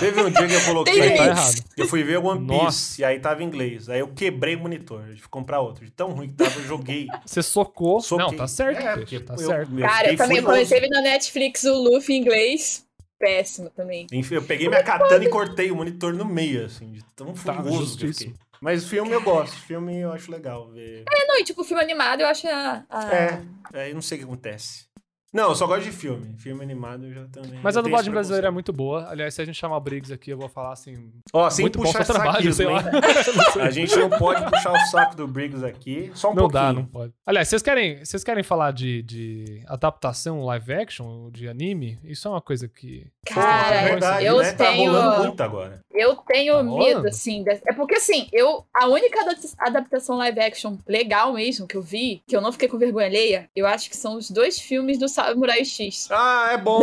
S2: Teve um dia que eu coloquei.
S1: Isso aí tá
S3: Tem-
S1: errado.
S2: Eu fui ver One Piece
S1: Nossa.
S2: e aí tava em inglês. Aí eu quebrei o monitor, eu fui comprar outro. De tão ruim que tava, eu joguei.
S1: Você socou.
S2: Soquei.
S1: Não, tá certo,
S2: É,
S1: peixe,
S2: porque
S1: tá
S2: eu-
S1: certo.
S2: eu
S3: Cara,
S2: fiquei
S3: eu também quando eu
S2: furioso.
S3: teve na Netflix o Luffy em inglês, péssimo também.
S2: Enfim, eu peguei minha katana e cortei o monitor no meio, assim, de tão
S1: Tá,
S2: furioso que eu
S1: justíssimo.
S2: fiquei. Mas filme eu gosto, filme eu acho legal ver.
S3: É, não, e tipo, filme animado eu acho a... a-
S2: É, é, eu não sei o que acontece. Não, eu só gosto de filme. Filme animado eu já também.
S1: Mas
S2: eu
S1: a
S2: tenho esse
S1: dublagem brasileira é
S2: preconceito.
S1: muito boa. Aliás, se a gente chamar o Briggs aqui, eu vou falar assim.
S2: Ó, sem
S1: muito bom
S2: puxar
S1: seu trabalho, sei
S2: saquismo,
S1: lá.
S2: hein? A gente não pode puxar o saco do Briggs aqui. Só um
S1: não
S2: pouquinho.
S1: dá, não pode. Aliás, vocês querem, vocês querem falar de, de adaptação live action de anime? Isso é uma coisa que.
S3: Cara,
S2: é verdade,
S3: eu
S2: né? Tá
S3: tenho-
S2: rolando muito agora.
S3: Eu tenho
S1: Tá rolando?
S3: medo, assim. de- É porque, assim, eu. A única adap- adaptação live action legal mesmo que eu vi, que eu não fiquei com vergonha alheia, eu acho que são os dois filmes do Samurai X.
S2: Ah, é bom.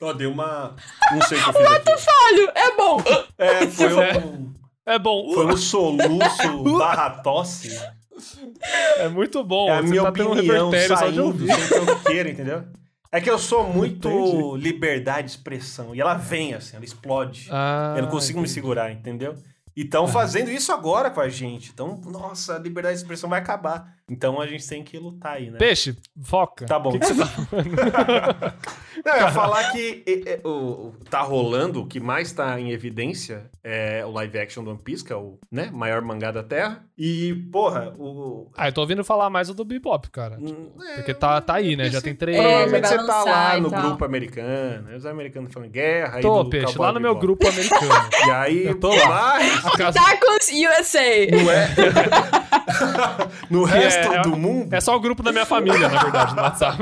S2: Ó, deu uma. Não sei o que eu fiz aqui.
S3: Olha, é bom!
S1: Tipo
S2: É, foi um,
S1: É bom.
S2: foi um soluço barra tosse.
S1: É muito bom.
S2: É a
S1: Você
S2: minha
S1: tá tendo um
S2: opinião
S1: revertério só de
S2: saindo
S1: ouvir.
S2: sem que eu queira, entendeu? É que eu sou muito
S1: Entendi.
S2: liberdade de expressão. E ela vem assim, ela explode.
S1: Ah,
S2: eu não consigo me segurar, entendeu? E estão fazendo isso agora com a gente. Então, nossa, a liberdade de expressão vai acabar. Então a gente tem que lutar aí, né?
S1: Peixe, foca.
S2: Tá bom.
S1: O que que você tá-
S2: Não, eu ia falar que e, e, o, o- tá rolando, o que mais tá em evidência é o live action do One Piece, que é o né, maior mangá da Terra. E, porra, o.
S1: Ah, eu tô ouvindo falar mais do Bebop, cara. tipo,
S2: é,
S1: porque tá, tá aí, né? Já tem três.
S3: É,
S2: É,
S3: já
S2: mas
S3: vai
S2: você tá lá
S3: lançar e
S2: no
S3: tal.
S2: grupo americano, aí os americanos falam guerra, Tá aí
S1: Tô,
S2: do
S1: peixe,
S2: Cowboy
S1: lá no meu
S2: Bebop.
S1: grupo americano.
S2: E aí,
S1: Eu tô lá.
S2: mas
S1: A casa-
S3: Tacos USA!
S2: não é. no
S1: Que é-
S2: resto
S1: é-
S2: do mundo,
S1: É só o grupo da minha família, na verdade, no WhatsApp.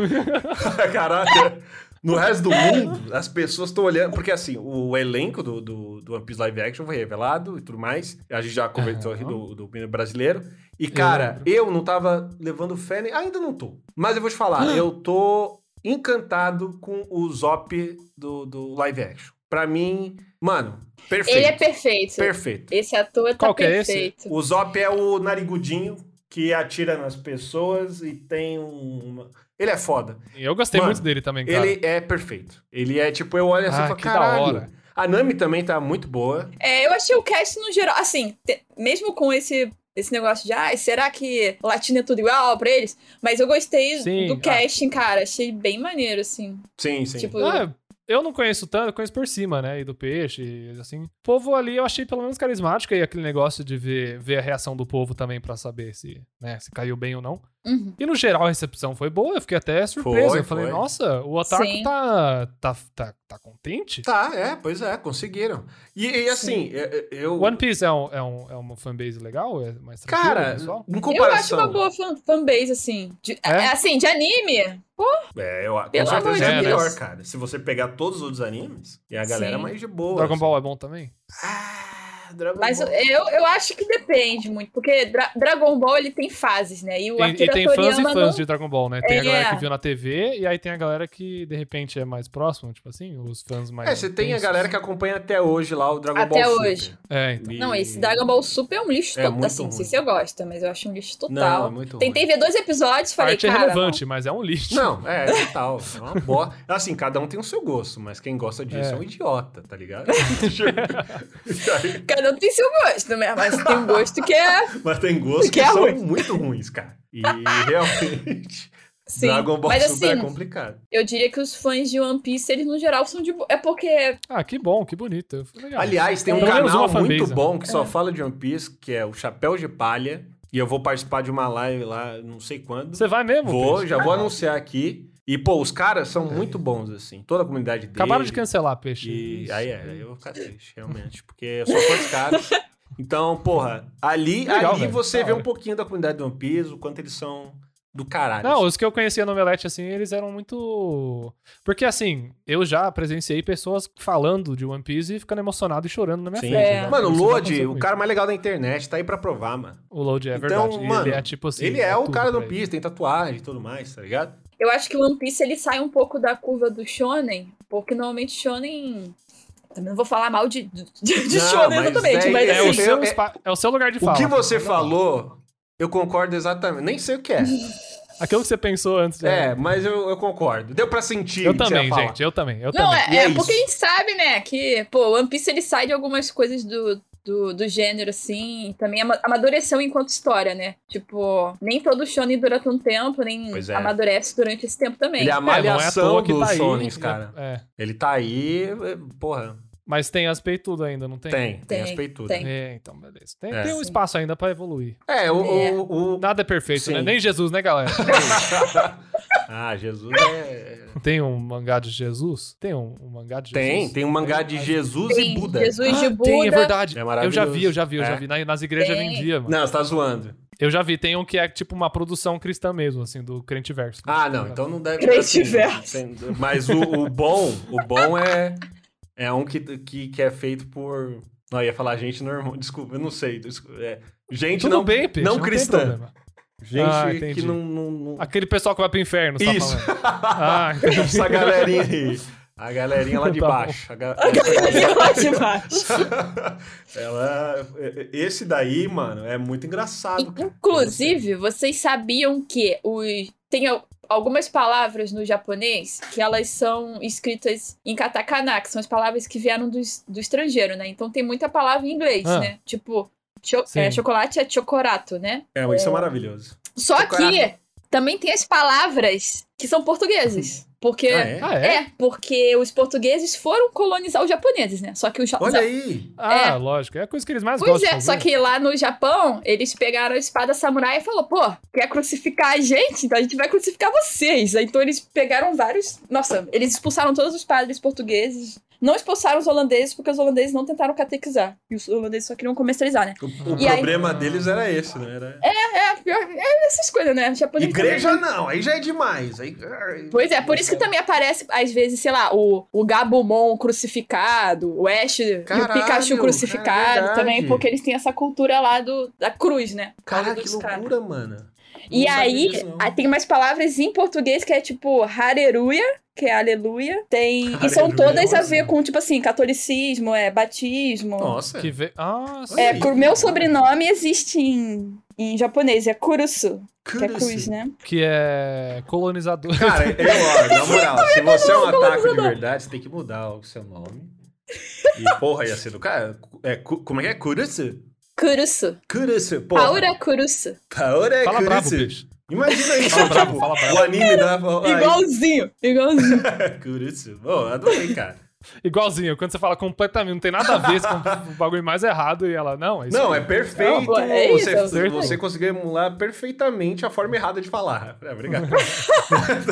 S2: Caraca. No resto do mundo, as pessoas estão olhando. Porque assim, o elenco do, do, do One Piece Live Action foi revelado e tudo mais. A gente já conversou
S1: Aham.
S2: aqui do, do menino brasileiro. E, cara, eu, não tava levando fé nem. Ainda não tô. Mas eu vou te falar, eu tô encantado com o Zop do, do live action. Pra mim, mano, perfeito.
S3: Ele é perfeito.
S2: Perfeito.
S3: Esse ator tá
S1: Qual que é esse?
S3: perfeito.
S2: O Zop é o narigudinho que atira nas pessoas e tem um. Ele é foda.
S1: Eu gostei
S2: Mano,
S1: muito dele também, cara.
S2: Ele é perfeito. Ele é tipo, eu olho assim
S1: Ah,
S2: e falo,
S1: que da hora.
S2: caralho. A Nami também tá muito boa.
S3: É, eu achei o cast no geral. Assim, te- mesmo com esse. Esse negócio de, ai, será que latino é tudo igual pra eles? Mas eu gostei
S1: Sim, ah.
S3: do casting, cara. Achei bem maneiro, assim.
S2: Sim, sim.
S3: Tipo,
S1: Ah, eu não conheço tanto, eu conheço por cima, né? E do peixe, e assim. O povo ali eu achei pelo menos carismático e aquele negócio de ver, ver a reação do povo também pra saber se, né, se caiu bem ou não.
S3: uhum.
S1: E no geral a recepção foi boa, eu fiquei até surpreso.
S2: Foi,
S1: eu falei,
S2: foi.
S1: nossa, o Otaku
S3: Sim.
S1: tá, tá, tá, tá contente?
S2: Tá, é, pois é, conseguiram. E, e, assim, é, é, eu.
S1: One Piece é, um, é, um, é uma fanbase legal? É mais tranquilo,
S2: Cara,
S1: pessoal?
S2: em
S3: Eu acho
S2: comparação.
S3: uma boa fan, fanbase, assim. De,
S1: É?
S3: Assim, de anime.
S2: É, eu, com
S3: Pelo
S1: amor de
S2: certeza
S1: Deus.
S2: é melhor, cara. Se você pegar todos os outros animes, e a galera é
S3: Sim.
S2: mais de boa.
S1: Dragon Ball é bom também?
S2: assim. Ah, Dragon
S3: Mas eu,
S2: Ball.
S3: eu acho que depende muito. Porque Dra- Dragon Ball, ele tem fases, né? E o
S1: Tem- e
S3: Akira
S1: tem fãs e
S3: Toriyama
S1: fãs
S3: não-
S1: de Dragon Ball, né? Tem a
S3: É.
S1: galera que viu na TV e aí tem a galera que de repente é mais próximo, tipo assim, os fãs mais.
S2: É, você tem a
S1: intensos.
S2: galera que acompanha até hoje lá o Dragon
S3: Até
S2: Ball.
S3: hoje.
S2: Super.
S1: É, então.
S2: E-
S3: Não, esse Dragon Ball Super é um lixo
S2: É muito
S3: total. Assim, não sei
S2: ruim.
S3: se eu gosto, mas eu acho um lixo
S2: Não, é
S3: total.
S2: muito ruim.
S3: Tentei ver dois episódios
S1: A
S3: falei,
S1: arte é
S3: cara.
S1: relevante, mas é um lixo.
S2: Não, é, total. É uma boa. Assim, cada um tem o seu gosto, mas quem gosta disso é,
S1: É.
S2: um idiota, tá ligado? E aí-
S3: não. Cada um tem seu gosto, né? Mas tem um gosto que é.
S2: mas tem gostos que,
S3: Que é
S2: são
S3: ruim.
S2: muito ruins, cara. E realmente,
S3: Sim.
S2: Dragon Ball
S3: mas
S2: Super
S3: assim,
S2: é complicado.
S3: eu diria que os fãs de One Piece, eles no geral são de. bo- É porque.
S1: Ah, que bom, que bonito. Foi legal.
S2: Aliás, tem um
S1: é. Pelo menos
S2: canal
S1: uma fanbase,
S2: muito
S1: né?
S2: bom que só fala de One Piece, que é o Chapéu de Palha. E eu vou participar de uma live lá, não sei quando.
S1: você vai mesmo?
S2: Vou,
S1: Peixe?
S2: já vou anunciar aqui. E, pô, os caras são muito bons, assim. Toda a comunidade dele.
S1: Acabaram de cancelar, peixe.
S2: E
S1: Isso.
S2: aí é, aí eu vou ficar triste, realmente. Porque eu sou fã dos caras. Então, porra, ali,
S1: Legal,
S2: ali
S1: velho,
S2: você
S1: da
S2: vê um
S1: hora.
S2: pouquinho da comunidade do One Piece, o quanto eles são do caralho. assim.
S1: Não, os que eu conhecia no Omelete, assim, eles eram muito. Porque, assim, eu já presenciei pessoas falando de One Piece e ficando emocionado e chorando na minha
S2: Sim.
S1: frente.
S3: É.
S1: né?
S2: Mano, o
S1: Isso já
S2: Load,
S1: aconteceu
S2: o
S1: comigo.
S2: cara mais legal da internet, tá aí pra provar, mano.
S1: O Load é
S2: Então,
S1: verdade. E
S2: mano,
S1: ele é tipo assim.
S2: ele é o
S1: tudo
S2: cara do
S1: pra ele.
S2: Piece, tem tatuagem e tudo mais, tá ligado?
S3: Eu acho que o One Piece ele sai um pouco da curva do Shonen, porque normalmente Shonen. Também não vou falar mal de, de, de
S2: Não,
S3: Shonen
S2: mas
S3: exatamente,
S2: é-
S3: mas
S1: É o,
S3: assim.
S1: seu
S2: É-
S1: espa- é o seu lugar de
S2: O
S1: fala.
S2: que você
S1: Não.
S2: falou, eu concordo exatamente. Nem sei o que é.
S1: Aquilo que você pensou antes. né?
S2: É, mas eu, eu concordo. Deu pra sentir. o
S1: Eu
S2: que você
S1: também,
S2: ia falar.
S1: gente. Eu também. Eu
S3: Não,
S1: também.
S3: é,
S2: E é
S3: é porque a
S2: isso.
S3: gente sabe, né, que, pô, One Piece ele sai de algumas coisas do, do, do gênero, assim, e também ama- amadureceu enquanto história, né? Tipo, nem todo Shonen dura tanto tempo, nem
S2: Pois é.
S3: amadurece durante esse tempo também.
S2: Ele é a
S1: É, não é à
S2: malhação
S1: toa que
S2: dos
S1: tá aí.
S2: shonens, cara.
S1: É.
S2: Ele tá aí, é, porra.
S1: Mas tem as peitudas ainda, não tem?
S2: Tem, tem,
S3: Tem,
S2: as peitudas.
S3: tem.
S1: É, então, beleza. Tem,
S2: É.
S1: tem um
S3: Sim.
S1: espaço ainda pra evoluir.
S2: É, o.
S3: É.
S2: o- o-
S1: Nada é perfeito,
S2: Sim.
S1: né? Nem Jesus, né, galera?
S2: ah, Jesus é.
S1: Tem um mangá de Jesus? Tem um, um mangá de Jesus?
S2: Tem, tem um mangá de Jesus
S3: Tem
S2: e Buda.
S3: Jesus de
S1: Ah,
S3: Buda.
S1: Tem, é verdade.
S2: É
S1: eu
S2: maravilhoso.
S1: já vi, eu já vi, eu já
S2: É.
S1: vi. Na- Nas igrejas
S3: Tem.
S1: vendia, mano.
S2: Não, você tá zoando.
S1: Eu já vi. Tem um que é tipo uma produção cristã mesmo, assim, do crente verso.
S2: Ah, não, então não deve
S3: Três
S2: assim,
S3: diversos.
S2: sem- Mas o, o bom, o bom é é um que, que, que é feito por. Não, eu ia falar gente normal. Desculpa, eu não sei. desculpa, é, gente
S1: Tudo
S2: não.
S1: bem, Peixe,
S2: não
S1: tem
S2: cristã.
S1: problema.
S2: Gente
S1: Ah,
S2: que
S1: entendi.
S2: não. não, não...
S1: Aquele pessoal que vai pro inferno, você
S2: Isso.
S1: tá falando. Ah, entendi.
S2: Essa galerinha aí. A galerinha lá de
S1: Tá bom.
S2: baixo. A ga- Ela, é, esse daí, mano, é muito engraçado.
S3: Então,
S2: cara.
S3: Inclusive, vocês sabiam que os... tem al- algumas palavras no japonês que elas são escritas em katakana, que são as palavras que vieram do, es- do estrangeiro, né? Então tem muita palavra em inglês,
S1: Ah.
S3: né? Tipo, cho-
S1: Sim.
S3: é, chocolate é chocorato, né?
S2: É, isso é maravilhoso.
S3: Só
S2: Chocorato.
S3: que também tem as palavras que são portugueses. Porque.
S2: Ah, é?
S1: Ah,
S3: é?
S1: é?
S3: porque os portugueses foram colonizar os japoneses, né? Só que os, ja-
S2: é. Olha aí!
S1: Ah,
S3: É.
S1: lógico. É a coisa que eles mais
S3: Pois
S1: gostam.
S3: é,
S1: de
S3: só
S1: fazer.
S3: que lá no Japão, eles pegaram a espada samurai e falou, pô, quer crucificar a gente? Então a gente vai crucificar vocês. Aí, Então eles pegaram vários... Nossa, eles expulsaram todos os padres portugueses. Não expulsaram os holandeses, porque os holandeses não tentaram catequizar. E os holandeses só queriam comercializar, né?
S2: O, o
S3: E aí-
S2: problema deles era esse, né? Era...
S3: É, pior, é essas coisas, né? Os japoneses
S2: Igreja
S3: também-
S2: não, aí já é demais. Aí...
S3: Pois é, por isso que também aparece, às vezes, sei lá, o, o Gabumon crucificado, o Ash e o
S2: Caralho,
S3: Pikachu
S2: é
S3: crucificado
S2: verdade.
S3: também, porque eles têm essa cultura lá do, da cruz, né?
S2: Caraca, que
S3: Dos caras.
S2: loucura, mano.
S3: E
S2: Não sabia
S3: aí,
S2: disso, não.
S3: aí tem umas palavras em português que é tipo aleluia, que é aleluia. Tem. E são
S2: Aleluia,
S3: todas a
S2: nossa.
S3: ver com, tipo assim, catolicismo, é batismo.
S2: Nossa.
S1: Que ve... Ah, sim.
S3: É,
S2: Olha aí.
S3: cur- meu sobrenome existe em, em japonês, é Kurusu, que é cruz, né?
S1: Que é colonizador.
S2: Cara, eu, ó, na moral, se você é um ataque de verdade, você tem que mudar o seu nome. E porra, ia ser do cara. É, cu- como é que é? Curusu?
S3: Kurusu.
S2: Curusu, porra.
S3: Paura Kurusu.
S2: Paura é
S1: Fala bravo,
S2: Curusu.
S1: Peixe.
S2: Imagina isso,
S1: Fala bravo,
S2: tipo,
S1: fala bravo.
S2: o anime da... Ai,
S3: Igualzinho, igualzinho.
S2: Curusu. Bom, adorei, cara.
S1: Igualzinho, quando você fala completamente, não tem nada a ver com o bagulho mais errado e ela, não, é isso.
S2: Não, é perfeito.
S3: Não, é isso, é
S2: você,
S1: perfeito.
S2: você conseguiu emular perfeitamente a forma errada de falar. É, obrigado.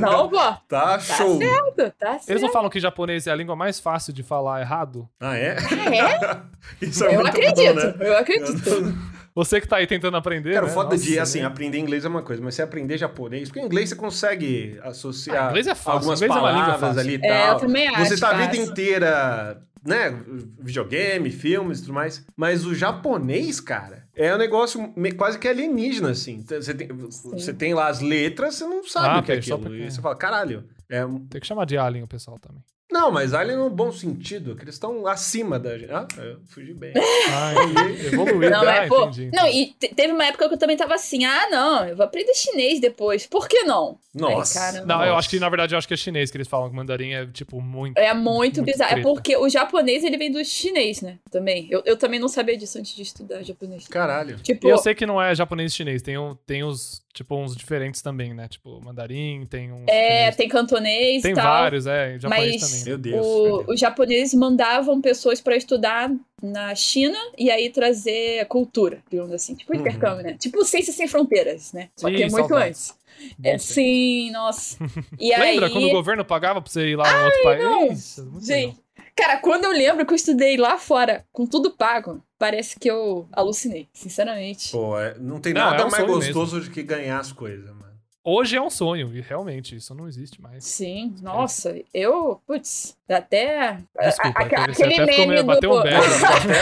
S3: Não, pô. Tá
S2: Tá show.
S3: certo, tá
S1: Eles
S3: certo.
S1: não falam que japonês é a língua mais fácil de falar errado?
S2: Ah, é?
S3: É,
S2: Isso é
S3: eu
S2: muito
S3: acredito,
S2: bom, né?
S3: eu acredito.
S1: Você que tá aí tentando aprender.
S2: Cara, o
S1: né?
S2: foda de,
S1: Nossa,
S2: assim,
S1: né?
S2: aprender inglês é uma coisa, mas você aprender japonês, porque inglês você consegue associar
S1: Ah, inglês é fácil,
S2: algumas
S1: inglês é uma língua
S2: palavras
S1: fácil.
S2: ali e tal.
S3: É, eu também acho.
S2: Você tá a vida
S3: fácil.
S2: inteira, né? Videogame, filmes e tudo mais. Mas o japonês, cara, é um negócio me- quase que alienígena, assim. Você tem, você tem lá as letras, você não sabe
S1: Ah,
S2: o que é
S1: Pedro, só
S2: aquilo.
S1: porque-
S2: E você fala, caralho. É... um-
S1: Tem que chamar de alien o pessoal também.
S2: Não, mas alien no bom sentido, que eles estão acima da gente. Ah, eu fugi bem.
S1: Ah, entendi. Evoluído.
S3: Não,
S1: ah,
S3: é, pô.
S1: entendi.
S3: Não, e te- teve uma época que eu também tava assim, ah, não, eu vou aprender chinês depois. Por que não?
S2: Nossa.
S3: cara.
S1: Não, eu
S2: Nossa.
S1: acho que, na verdade, eu acho que é chinês que eles falam que mandarim é, tipo, muito...
S3: É muito,
S1: Muito
S3: bizarro. É
S1: treta.
S3: porque o japonês, ele vem do chinês, né? Também. Eu, eu também não sabia disso antes de estudar japonês.
S2: Caralho.
S3: Tipo,
S1: E eu sei que não é japonês e chinês, tem, um, tem uns, tipo, uns diferentes também, né? Tipo, mandarim, tem uns...
S3: é,
S1: chinês.
S3: tem cantonês
S1: tem
S3: e tal.
S1: vários, é, em japonês
S3: mas-
S1: também. né?
S2: Meu Deus. meu Deus.
S3: O, os japoneses mandavam pessoas pra estudar na China e aí trazer cultura, digamos assim. Tipo
S2: Uhum.
S3: intercâmbio, né? Tipo Ciência Sem Fronteiras, né? Só que
S1: Ih,
S3: é muito
S1: saudades.
S3: antes. É,
S1: Bom,
S3: sim, nossa. E
S1: né? Lembra
S3: aí...
S1: quando o governo pagava pra você ir lá no outro país?
S3: não.
S1: Isso, muito legal.
S3: Gente, cara, quando eu lembro que eu estudei lá fora, com tudo pago, parece que eu alucinei, sinceramente.
S2: Pô, é- não tem
S1: Não,
S2: nada
S1: é um
S2: mais
S1: sonho
S2: gostoso do que ganhar as coisas, mano.
S1: Hoje é um sonho, e realmente, isso não existe mais.
S3: Sim, nossa, eu, putz, até.
S1: Desculpa,
S3: a- a-
S1: teve- você
S3: aquele
S1: até ficou meio,
S3: meme
S1: bateu
S3: do-
S1: um belo.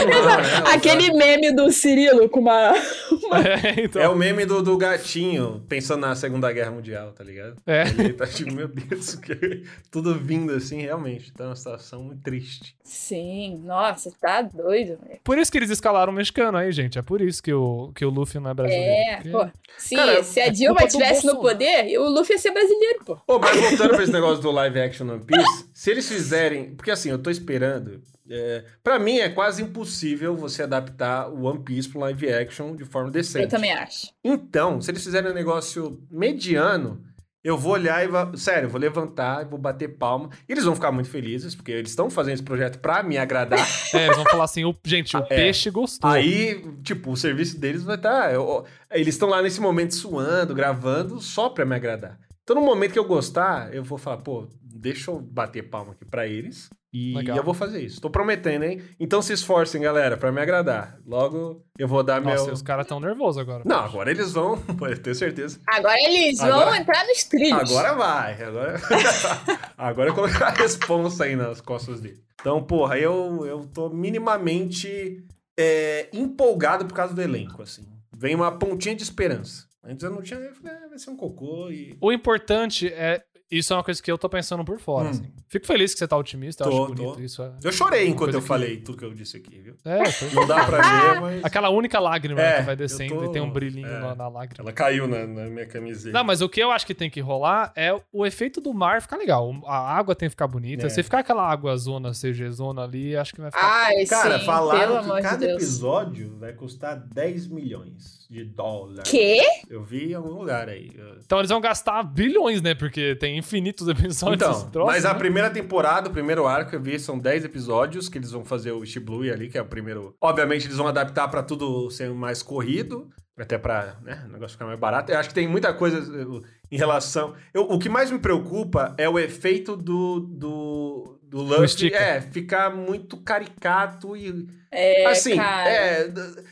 S2: né?
S3: Aquele meme do Cirilo com uma.
S1: É,
S2: É
S1: então.
S2: o meme do, do gatinho pensando na Segunda Guerra Mundial, tá ligado?
S1: É.
S2: Ele tá tipo, meu Deus, que... é? tudo vindo assim, realmente. Tá numa situação muito triste.
S3: Sim, nossa, tá doido. moleque.
S1: Por isso que eles escalaram o mexicano aí, gente. É por isso que o, que o Luffy não é brasileiro.
S3: É,
S1: Porque-
S3: pô. Se,
S2: Cara,
S3: se a
S1: é
S3: Dilma
S1: culpa do
S3: estivesse no
S1: Bolsonaro.
S3: poder, o Luffy ia ser brasileiro, pô.
S2: Ô, mas voltando pra esse negócio do live action One Piece, se eles fizerem. Porque assim, eu tô esperando. É, pra mim é quase impossível você adaptar o One Piece pro live action de forma decente.
S3: Eu também acho.
S2: Então, se eles fizerem um negócio mediano, eu vou olhar e vou, sério, eu vou levantar, e vou bater palma. E eles vão ficar muito felizes, porque eles estão fazendo esse projeto pra me agradar.
S1: É, eles vão falar assim, o- gente, o peixe gostou.
S2: É. Aí, tipo, o serviço deles vai estar. eles estão lá nesse momento suando, gravando, só pra me agradar. Então, no momento que eu gostar, eu vou falar, pô, deixa eu bater palma aqui pra eles. E
S1: Legal.
S2: eu vou fazer isso. Tô prometendo, hein? Então se esforcem, galera, pra me agradar. Logo eu vou dar
S1: Nossa,
S2: meu.
S1: os caras estão nervosos agora.
S2: Não, agora eles vão, eu tenho certeza.
S3: Agora eles vão
S2: Agora-
S3: entrar nos trilhos.
S2: Agora vai. Agora, agora eu colocar a responsa aí nas costas dele. Então, porra, eu, eu tô minimamente é, empolgado por causa do elenco, assim. Vem uma pontinha de esperança. Antes eu não tinha, eu falei, ah, vai ser um cocô e...
S1: O importante é. Isso é uma coisa que eu tô pensando por fora.
S2: Hum.
S1: assim. Fico feliz que você tá otimista, eu
S2: Tô,
S1: acho bonito
S2: tô.
S1: isso. É,
S2: Eu chorei enquanto
S1: Coisa
S2: eu
S1: que-
S2: falei tudo que eu disse aqui, viu?
S1: é foi-
S2: Não dá pra ver, mas...
S1: Aquela única lágrima né,
S2: É,
S1: que vai
S2: eu
S1: descendo
S2: tô-
S1: e tem um brilhinho
S2: é.
S1: na, na lágrima.
S2: Ela caiu na, na minha camiseta.
S1: Não, mas o que eu acho que tem que rolar é o efeito do mar ficar legal. A água tem que ficar bonita.
S2: É.
S1: Se ficar aquela água zona, CG zona ali, acho que vai ficar.
S3: Ai,
S2: Cara,
S3: sim, pelo
S2: falaram
S3: amor
S2: que
S3: de
S2: cada
S3: Deus.
S2: episódio vai custar 10 milhões de dólares.
S3: Quê?
S2: Eu vi em algum lugar aí. eu-
S1: Então eles vão gastar bilhões, né? Porque tem infinitos episódios
S2: Então,
S1: desses troços,
S2: mas a
S1: né?
S2: primeira temporada, o primeiro arco, eu vi, são 10 episódios que eles vão fazer o Shiblui ali, que é o primeiro. Obviamente, eles vão adaptar pra tudo ser mais corrido, até pra né, o negócio ficar mais barato. Eu acho que tem muita coisa eh, em relação. eu- o que mais me preocupa é o efeito do. do do Luffy,
S1: estica.
S2: é, ficar muito caricato e.
S3: É,
S2: assim,
S3: cara.
S2: é. d-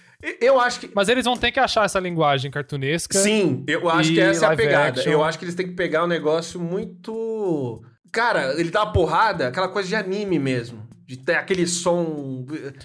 S2: Eu acho que.
S1: Mas eles vão ter que achar essa linguagem cartunesca.
S2: Sim, eu acho
S1: E
S2: que essa é a
S1: live
S2: pegada.
S1: action.
S2: Eu acho que eles têm que pegar um negócio muito. Cara, ele dá uma porrada, aquela coisa de anime mesmo. De ter aquele som.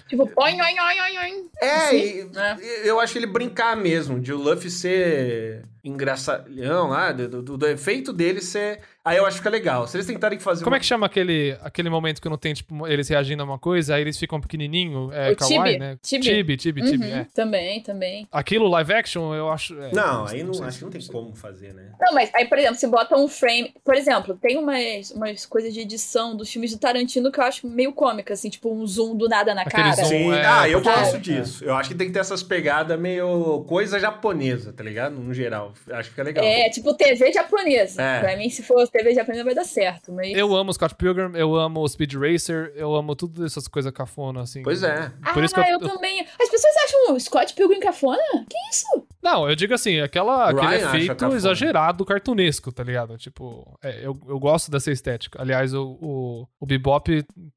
S3: Tipo, põe, oi, oi, oi, oi.
S2: É,
S3: Sim,
S2: e- eu acho ele brincar mesmo, de o Luffy ser engraçadão lá, do, do- do efeito dele ser. Aí eu acho que fica legal. Se eles tentarem fazer. um
S1: Como é que chama aquele, aquele momento que não tem, tipo, eles reagindo a uma coisa, aí eles ficam pequenininho, é
S3: O
S1: kawaii,
S3: chibi,
S1: né?
S3: chibi.
S1: Tibi, tibi,
S3: Uhum,
S1: tibi, é.
S3: Também, também.
S1: Aquilo live action, eu acho... é,
S2: Não, aí não,
S1: sei
S2: acho
S1: se-
S2: que não tem como fazer, né?
S3: Não, mas aí, por exemplo, você bota um frame. Por exemplo, tem umas, umas coisas de edição dos filmes do Tarantino que eu acho meio cômica, assim, tipo um zoom do nada na
S1: Aquele
S3: cara.
S1: zoom.
S2: Sim,
S1: é,
S2: ah, eu
S1: pode
S2: gosto
S1: ser.
S2: disso. Eu acho que tem que ter essas pegadas meio coisa japonesa, tá ligado? No geral. Acho que fica legal.
S3: É, tipo TV japonesa.
S2: É.
S3: Pra mim, se for TV japonesa, vai dar certo. Mas...
S1: Eu amo Scott Pilgrim, eu amo o Speed Racer, eu amo tudo essas coisas cafona, assim.
S2: Pois é.
S1: Por isso que
S3: ah,
S1: eu-
S3: eu, também. As pessoas acham o Scott Pilgrim cafona? Que isso?
S1: Não, eu digo assim, aquela,
S2: Ryan
S1: aquele
S2: acha é
S1: efeito
S2: cafona.
S1: exagerado cartunesco, tá ligado? Tipo, é, eu, eu gosto dessa estética. Aliás, o, o, o Bebop,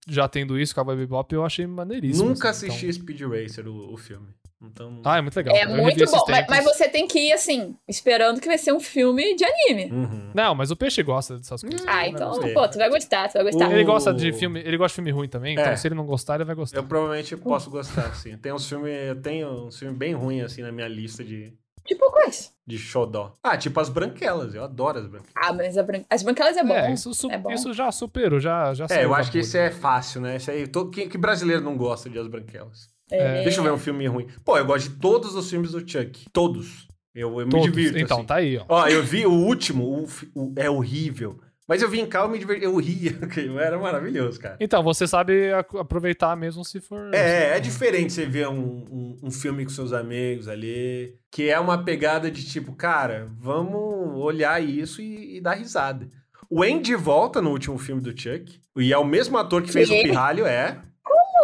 S1: já tendo isso, Cowboy Bebop, eu achei maneiríssimo.
S2: Nunca
S1: assim, então-
S2: assisti Speed Racer, o, o filme. Então.
S1: Ah, é muito legal.
S3: é
S1: Eu revi
S3: muito
S1: esses
S3: bom. Mas,
S1: tempos.
S3: mas você tem que ir, assim, esperando que vai ser um filme de anime.
S2: Uhum.
S1: Não, mas o peixe gosta dessas coisas.
S3: Ah,
S2: Não
S3: então,
S2: sei.
S3: pô, tu vai gostar, tu vai gostar.
S2: O-
S1: Ele gosta de filme, ele gosta de filme ruim também, então
S2: É.
S1: se ele não gostar, ele vai gostar.
S2: Eu provavelmente posso gostar, sim. Tem uns filmes. Eu tenho um filme bem ruim, assim, na minha lista de,
S3: Tipo quais?
S2: de xodó. Ah, tipo as branquelas. Eu adoro as branquelas.
S3: Ah, mas a Bran- as branquelas é bom.
S1: É, isso, su-
S3: é bom.
S1: isso já superou, já, já
S2: É,
S1: saiu
S2: eu
S1: da
S2: acho que
S1: bolha.
S2: isso é fácil, né? Isso aí, todo, que, que brasileiro não gosta de As Branquelas?
S1: É.
S2: Deixa eu ver um filme ruim. Pô, eu gosto de todos os filmes do Chuck. Todos. Eu, eu me
S1: Todos.
S2: divirto.
S1: Então,
S2: assim.
S1: tá aí, ó.
S2: Ó, eu vi o último, o fi- o- é horrível. Mas eu vim cá, eu me diverti, eu ria, era maravilhoso, cara.
S1: Então, você sabe ac- aproveitar mesmo se for.
S3: Uhum.
S2: É, é diferente você ver um, um, um filme com seus amigos ali, que é uma pegada de tipo, cara, vamos olhar isso e, e dar risada. O Andy volta no último filme do Chuck, e é o mesmo ator que fez o
S3: Quê?
S2: Pirralho, é.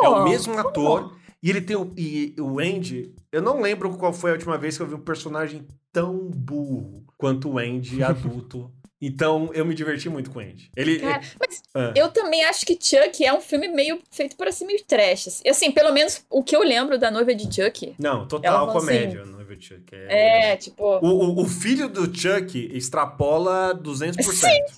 S2: É o mesmo ator. E ele tem o. E o Andy, eu não lembro qual foi a última vez que eu vi um personagem tão burro quanto o Andy adulto. Então eu me diverti muito com o Andy. Ele.
S3: Cara, mas
S2: Ah.
S3: eu também acho que Chuck é um filme meio feito por assim, meio trash. Assim, assim pelo menos o que eu lembro da noiva de Chuck.
S2: Não,
S3: Ela
S2: total
S3: falou
S2: comédia. não é o Chuck.
S3: É, tipo.
S2: O, o, o filho do Chuck extrapola 200%.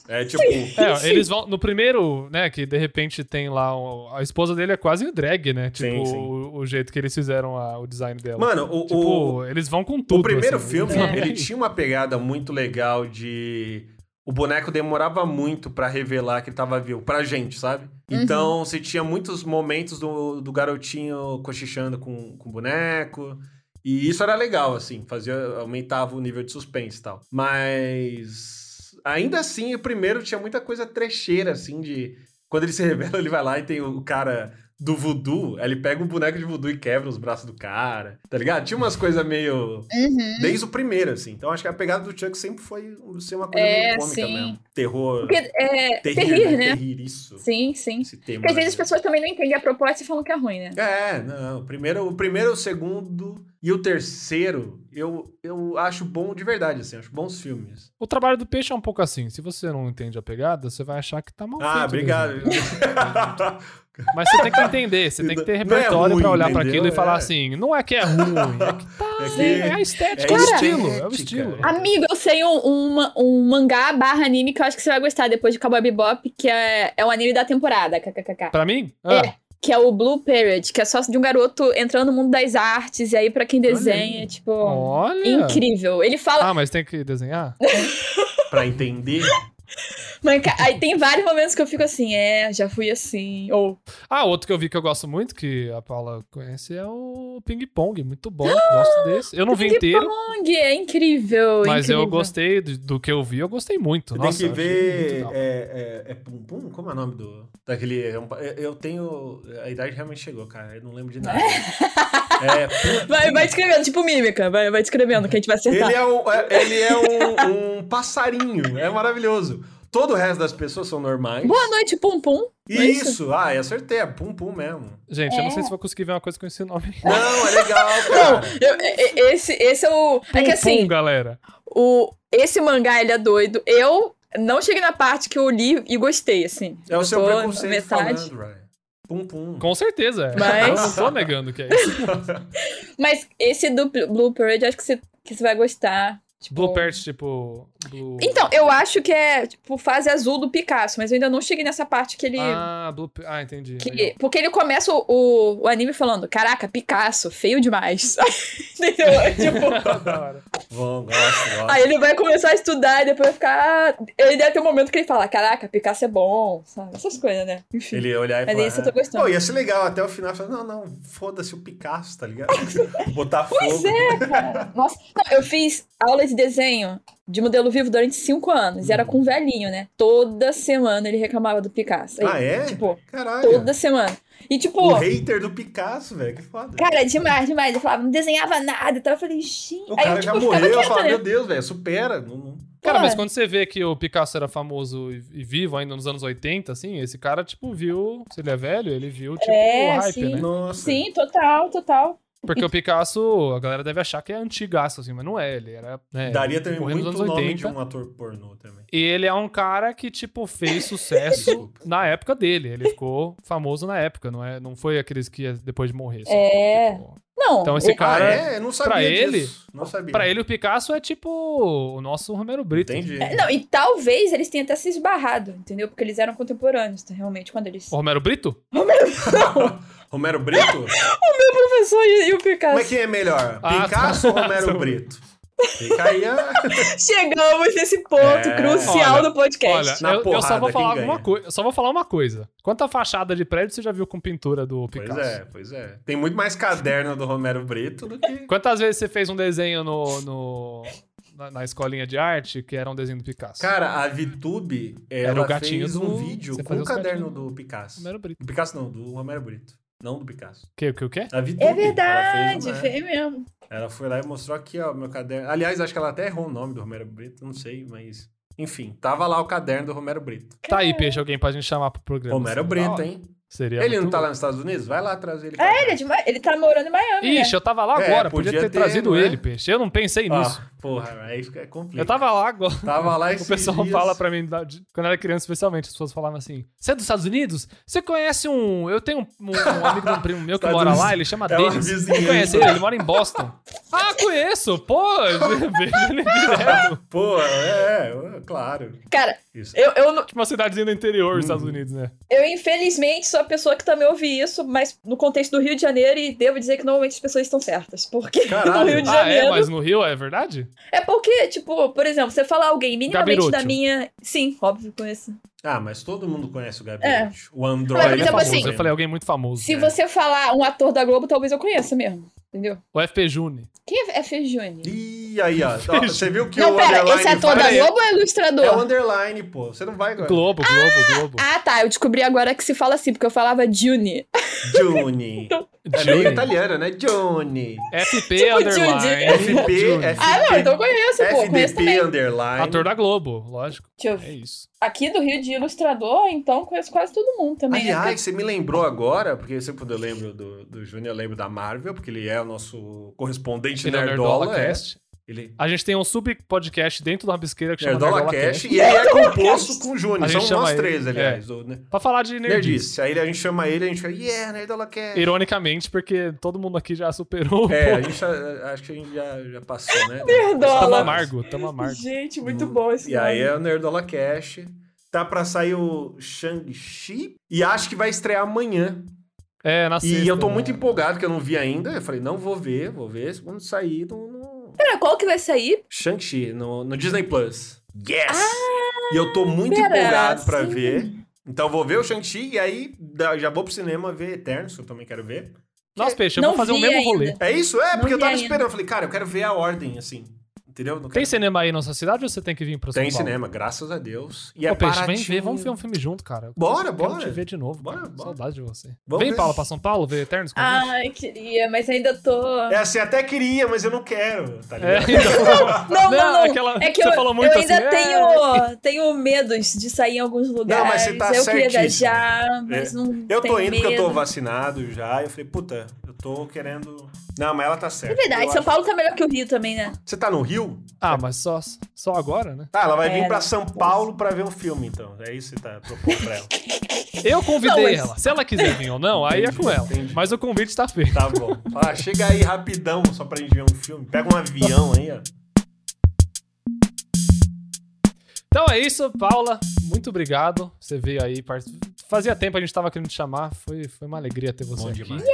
S2: é tipo.
S1: É, eles vão. No primeiro, né, que de repente tem lá. um- a esposa dele é quase drag, né? Tipo,
S2: Sim, sim.
S1: O, o jeito que eles fizeram a- o design dela.
S2: Mano, o, o,
S1: tipo, eles vão com tudo.
S2: o primeiro
S1: assim.
S2: filme,
S1: Eles-
S2: ele tinha uma pegada muito legal de. O boneco demorava muito pra revelar que ele tava vivo, pra gente, sabe? Então, você tinha muitos momentos do, do garotinho cochichando com, com o boneco. E isso era legal, assim, fazia, aumentava o nível de suspense e tal. Mas. Ainda assim, o primeiro tinha muita coisa trecheira, assim, de. Quando ele se revela, ele vai lá e tem o cara do voodoo, aí ele pega um boneco de voodoo e quebra os braços do cara, tá ligado? Tinha umas coisas meio.
S3: Uhum.
S2: Desde o primeiro, assim. Então acho que a pegada do Chuck sempre foi um, ser uma coisa
S3: É,
S2: meio cômica
S3: sim.
S2: mesmo. Terror.
S3: Porque é.
S2: terrir,
S3: Terrir,
S2: né?
S3: né?
S2: Terrir, isso.
S3: Sim, sim.
S2: Esse tema.
S3: Porque às
S2: né?
S3: vezes as pessoas também não entendem a proposta e falam que é ruim, né?
S2: É, não. O primeiro, o primeiro, o segundo e o terceiro, eu, eu acho bom de verdade, assim. Acho bons filmes.
S1: O trabalho do peixe é um pouco assim. Se você não entende a pegada, você vai achar que tá mal feito
S2: ah, obrigado.
S1: mesmo. Mas você tem que entender, você tem que ter
S2: Não é
S1: repertório
S2: ruim,
S1: pra olhar pra
S2: entendeu?
S1: aquilo e falar
S2: É.
S1: assim: não é que é ruim, é que tá.
S2: É que-
S1: É,
S3: né?
S1: a estética, é,
S2: é
S1: o
S3: estética.
S1: estilo. É o estilo.
S2: Ah,
S3: Amigo, eu sei um, um ma- um mangá barra anime que eu acho que você vai gostar depois de Cowboy Bebop, que é, é o anime da temporada, kkkk.
S1: Pra mim? Ah,
S3: É. Que é o Blue Parrot, que é só de um garoto entrando no mundo das artes, e aí pra quem desenha, é, tipo,
S1: Olha.
S3: incrível. Ele fala,
S1: Ah, mas tem que desenhar?
S2: pra entender.
S3: Mas, ca- aí tem vários momentos que eu fico assim, é, já fui assim, ou...
S1: Ah, outro que eu vi que eu gosto muito, que a Paula conhece, é o Ping Pong. Muito bom, gosto desse. Eu não vi
S3: Ping
S1: inteiro,
S3: Pong, é incrível,
S1: mas eu
S3: incrível.
S1: gostei de- do que eu vi, eu gostei muito.
S2: Você
S1: Nossa,
S2: tem que
S1: eu achei muito
S2: ver.
S1: legal.
S2: É, é, é Pum Pum? Como é o nome do. Daquele. é um pa- eu- Eu tenho. A idade realmente chegou, cara. Eu não lembro de nada. é Pum
S3: Vai, vai escrevendo, tipo mímica, vai, vai escrevendo, quem a gente vai acertar.
S2: Ele é um, é- ele é um, um passarinho, é maravilhoso. Todo o resto das pessoas são normais.
S3: Boa noite, Pum Pum.
S2: E
S3: não é
S2: isso, ah, eu acertei, é pum pum mesmo.
S1: Gente, eu não sei
S3: É.
S1: se vou conseguir ver uma coisa com esse nome.
S2: Não, é legal,
S3: Não,
S2: cara.
S3: eu- e- e- esse, esse é o... É que
S1: Pum,
S3: assim,
S1: pum, galera.
S3: o, esse mangá, ele é doido. Eu não cheguei na parte que eu li e gostei, assim.
S2: É o
S3: Eu
S2: seu
S3: tô na
S2: preconceito
S3: metade.
S2: falando, Ryan. Pum pum.
S1: Com certeza. é.
S3: Mas-
S1: Eu não tô negando que é isso.
S3: Mas esse do Bl- Blue Parade, eu acho que você, que você vai gostar. Tipo,
S1: Blue Parrot, tipo. Blue...
S3: Então, eu acho que é, tipo, fase azul do Picasso, mas eu ainda não cheguei nessa parte que ele...
S1: Ah, Blue Parrot. Ah, entendi.
S3: que-
S1: legal.
S3: porque ele começa o, o, o anime falando, caraca, Picasso, feio demais. Entendeu? tipo,
S1: Da hora.
S2: Bom, gosto, gosto.
S3: aí ele vai começar a estudar e depois vai ficar... ah, Ele deve ter um momento que ele fala, caraca, Picasso é bom, sabe? Essas coisas, né? Enfim.
S2: Ele ia olhar e
S3: Mas
S2: falar. "Ah."
S3: esse eu tô gostando.
S2: Pô, ia ser legal até o final. Falar, não, não, foda-se o Picasso, tá ligado? Botar fogo.
S3: Pois é, cara. Nossa, não, eu fiz aula de desenho de modelo vivo durante cinco anos. E
S2: Uhum.
S3: era com um velhinho, né? Toda semana ele reclamava do Picasso. Aí,
S2: Ah, é?
S3: Tipo,
S2: Caralho.
S3: toda semana. E
S2: O
S3: tipo,
S2: hater do Picasso, velho, que foda.
S3: cara, é demais, demais. Ele falava, não desenhava nada. Então eu falei, gente.
S2: o
S3: Aí
S2: cara
S3: eu,
S2: já
S3: tipo, ficava
S2: morreu, eu
S3: quieta,
S2: falo, meu
S3: né?
S2: Deus, velho, supera. Não, não-
S1: Cara, mas
S3: Pô,
S1: quando você vê que o Picasso era famoso e, e vivo ainda nos anos 80, assim, esse cara, tipo, viu. Se ele é velho, ele viu, tipo,
S3: É,
S1: o hype,
S3: sim.
S1: né?
S2: Nossa.
S3: Sim, total, total.
S1: Porque o Picasso, a galera deve achar que é antigaço, assim, mas não é. Ele era. né,
S2: Daria também
S1: morreu nos
S2: muito
S1: anos
S2: nome
S1: 80.
S2: de um ator pornô também.
S1: E ele é um cara que, tipo, fez sucesso na época dele. Ele ficou famoso na época, não, é, não foi aqueles que ia depois de morrer. só,
S3: É.
S1: tipo.
S3: Não.
S1: Então esse
S3: eu-
S1: cara-
S2: ah, é? Eu não sabia
S1: pra
S2: disso. Não sabia.
S1: Pra ele, o Picasso é tipo o nosso Romero Brito.
S2: Entendi.
S3: É, Não, e talvez eles tenham até se esbarrado, entendeu? Porque eles eram contemporâneos, tá? realmente, quando eles.
S1: O Romero Brito?
S2: Romero Brito?
S3: O professor e, e o Picasso.
S2: Como é que é melhor?
S1: Ah,
S2: Picasso ou
S1: tá.
S2: Romero Brito? Fica aí a...
S3: Chegamos nesse ponto
S2: É.
S3: crucial
S1: Olha,
S3: do podcast.
S1: Olha,
S2: Na
S1: eu, eu só
S2: porrada,
S1: vou
S2: quem
S1: falar
S2: ganha?
S1: alguma coisa. Só vou falar uma coisa. Quanta fachada de prédio você já viu com pintura do
S2: Pois
S1: Picasso?
S2: é, pois é. Tem muito mais caderno do Romero Brito do que...
S1: Quantas vezes você fez um desenho no, no- na, na escolinha de arte que era um desenho do Picasso?
S2: Cara, a VTube,
S1: Era
S2: ela
S1: o gatinho
S2: fez
S1: do-
S2: um vídeo
S1: você
S2: com
S1: fazia
S2: o
S1: os
S2: caderno
S1: gatinhos.
S2: do Picasso.
S1: Romero Brito.
S2: Do Picasso não, do Romero Brito. Não do Picasso.
S1: Que, que, o quê?
S2: A VTube,
S3: É
S2: ela
S3: verdade,
S2: fez uma-
S3: vem mesmo.
S2: Ela foi lá e mostrou aqui, ó, meu caderno. Aliás, acho que ela até errou o nome do Romero Brito, não sei, mas. Enfim, tava lá o caderno do Romero Brito.
S1: Tá aí, peixe, alguém pra gente chamar pro programa.
S2: Romero
S1: Seria da
S2: Brito,
S1: hora.
S2: hein?
S1: Seria
S2: Ele não
S1: é muito
S2: tá
S1: bom.
S2: lá nos Estados Unidos? Vai lá trazer ele. pra
S3: É,
S2: cá.
S3: ele, é de Ma- ele tá morando em Miami. né?
S1: Ixi, eu tava lá
S2: É,
S1: agora, podia,
S2: podia
S1: ter,
S2: ter,
S1: trazido
S2: não é?
S3: tipo
S1: ele, peixe. Eu não pensei
S2: Ó,
S1: nisso.
S2: Porra, aí fica é complicado.
S1: Eu tava lá agora.
S2: tava lá
S1: O
S2: esses
S1: pessoal
S2: dias.
S1: fala pra mim, da- de- quando eu era criança especialmente, as pessoas falavam assim: Você é dos Estados Unidos? Você conhece um. Eu tenho um, um- um amigo de um primo meu que
S2: Estados
S1: mora lá,
S2: Unidos
S1: ele chama
S2: é uma
S1: Dennis. Você
S2: vizinhança.
S1: conhece ele? Ele mora em Boston. ah, conheço! Pô! vejo ele direto.
S2: Pô, é, é, claro.
S3: Cara,
S2: Isso.
S3: eu, eu, não-
S1: Tipo uma cidadezinha do interior dos
S2: Uhum.
S1: Estados Unidos, né?
S3: eu infelizmente sou a pessoa que também ouvi isso, mas no contexto do Rio de Janeiro, e devo dizer que normalmente as pessoas estão certas. Porque
S2: Caralho.
S3: no Rio de
S1: Ah,
S3: Janeiro.
S1: é, mas no Rio é verdade?
S3: É porque, tipo, por exemplo, você fala alguém minimamente
S1: Gabiroto.
S3: da minha. Sim, óbvio, conheço.
S2: Ah, mas todo mundo conhece o Gabinete. O Android.
S3: Mas, por
S1: Ele é
S3: exemplo,
S1: famoso.
S3: assim,
S1: eu falei alguém muito famoso. é."
S3: Se você falar um ator da Globo, talvez eu conheça mesmo. Entendeu?
S1: O FP Juni.
S3: Quem é F. Juni?
S2: Ih, aí, ó. Ó, Você viu que
S3: Não,
S2: o
S3: pera,
S2: underline
S3: esse
S2: faz-
S3: ator
S1: fala
S3: da
S1: aí.
S3: Globo ou é
S2: É o
S3: ilustrador?
S2: underline, pô. Você não vai agora.
S1: Globo, Globo, Globo.
S3: Ah, tá. Eu descobri agora que se fala assim, porque eu falava Juni.
S2: Juni. É meio
S1: Juni.
S2: italiano, né? Johnny.
S1: FP
S3: Tipo
S1: underline.
S2: FP,
S1: Juni.
S2: FP,
S3: Ah, não, então eu conheço, pô. Conheço
S2: FDP
S3: também.
S2: underline.
S1: Ator da Globo, lógico.
S3: Deixa eu
S1: É
S3: ver.
S1: isso.
S3: Aqui do Rio de Ilustrador, então conheço quase todo mundo também. né?
S2: Aliás, você me lembrou agora, porque sempre quando eu lembro do, do Júnior, eu lembro da Marvel, porque ele é o nosso correspondente
S1: Ele é o
S2: Nerdola.
S1: Nerdola
S2: é.
S1: Cast.
S2: Ele
S1: A gente tem um sub-podcast dentro da Rabisqueira que chama
S2: Nerdola,
S1: Nerdola
S2: Cash,
S1: Cast.
S2: e ele é composto
S3: Cast.
S2: com o
S1: A
S2: Júnior.
S1: gente
S2: São
S1: chama
S2: nós
S1: ele,
S2: três,
S1: é.
S2: aliás. do né?
S1: Pra falar de nerdice. é
S2: Nerdice. Aí a gente chama ele, a gente fala, yeah, Nerdola Cast.
S1: Ironicamente, porque todo mundo aqui já superou.
S2: É,
S1: pô.
S2: a gente já- acho que a gente já, já passou, né?
S3: Nerdola.
S1: Tamo
S3: fala.
S1: amargo, tamo amargo.
S3: Gente, muito bom esse
S2: E aí é o Nerdola Cash. Tá pra sair o Shang-Chi e acho que vai estrear amanhã.
S1: É, na sexta,
S2: E eu tô
S1: né?
S2: muito empolgado, porque eu não vi ainda. Eu falei, não, vou ver, vou ver. Quando sair no, no
S3: Pera, qual que vai sair?
S2: Shang-Chi, no, no Disney Plus. Yes!
S3: Ah,
S2: e eu tô muito
S3: pera,
S2: empolgado pra
S3: sim.
S2: ver. Então vou ver o Shang-Chi e aí dá- já vou pro cinema ver Eternos, que eu também quero ver.
S1: Nossa, Peixe, eu
S3: Não
S1: vou fazer o
S3: vi
S1: mesmo
S3: ainda.
S1: rolê.
S2: É isso? É,
S3: Não
S2: porque eu
S3: vi
S2: tava
S3: ainda.
S2: esperando. Eu falei, cara, eu quero ver a ordem, assim. Entendeu? Não
S1: Tem
S2: quero...
S1: cinema aí na sua cidade ou você tem que vir pra São
S2: Tem
S1: Paulo?
S2: cinema, graças a Deus. E
S1: Ô,
S2: é
S1: Peixe, vem
S2: baratinho.
S1: ver, vamos ver um filme junto, cara. Eu
S2: Bora,
S1: quero
S2: bora.
S1: te ver de novo.
S2: Bora,
S1: cara.
S2: bora.
S1: Saudade de você.
S2: Vamos
S1: vem,
S2: ver.
S1: Paula, pra São Paulo, ver Eternos com a gente?
S3: Ai, queria, mas ainda tô.
S2: É assim, até queria, mas eu não quero, tá
S1: É,
S2: ligado?
S1: então.
S3: Não,
S1: Não,
S3: não, não.
S1: é que ela-
S3: é que
S1: você
S3: eu,
S1: falou muito
S3: eu ainda
S1: assim,
S3: tenho, tenho medos de sair em alguns lugares.
S2: Não, mas você tá
S3: eu queria
S2: certíssima. É.
S3: viajar, mas não
S2: Eu tô
S3: tenho
S2: indo
S3: medo.
S2: porque eu tô vacinado já. Eu falei, puta, eu tô querendo. Não, mas ela tá certa.
S3: É verdade,
S2: Eu
S3: São
S2: acho-
S3: Paulo tá melhor que o Rio também, né?
S2: Você tá no Rio?
S1: Ah, mas só, só agora, né?
S2: Tá, ela vai vir
S3: É.
S2: pra São Paulo pra ver um filme, então. É isso que você tá propondo pra ela.
S1: Eu convidei
S3: Não, mas-
S1: ela. Se ela quiser vir ou não, aí é com ela.
S2: entendi.
S1: Mas o convite tá feito.
S2: Tá bom. Ah, chega aí rapidão só pra gente ver um filme. Pega um avião aí, ó.
S1: Então é isso, Paula. Muito obrigado. Você veio aí. part- Fazia tempo a gente tava querendo te chamar. Foi, foi uma alegria ter você
S2: Bom
S1: aqui.
S2: demais.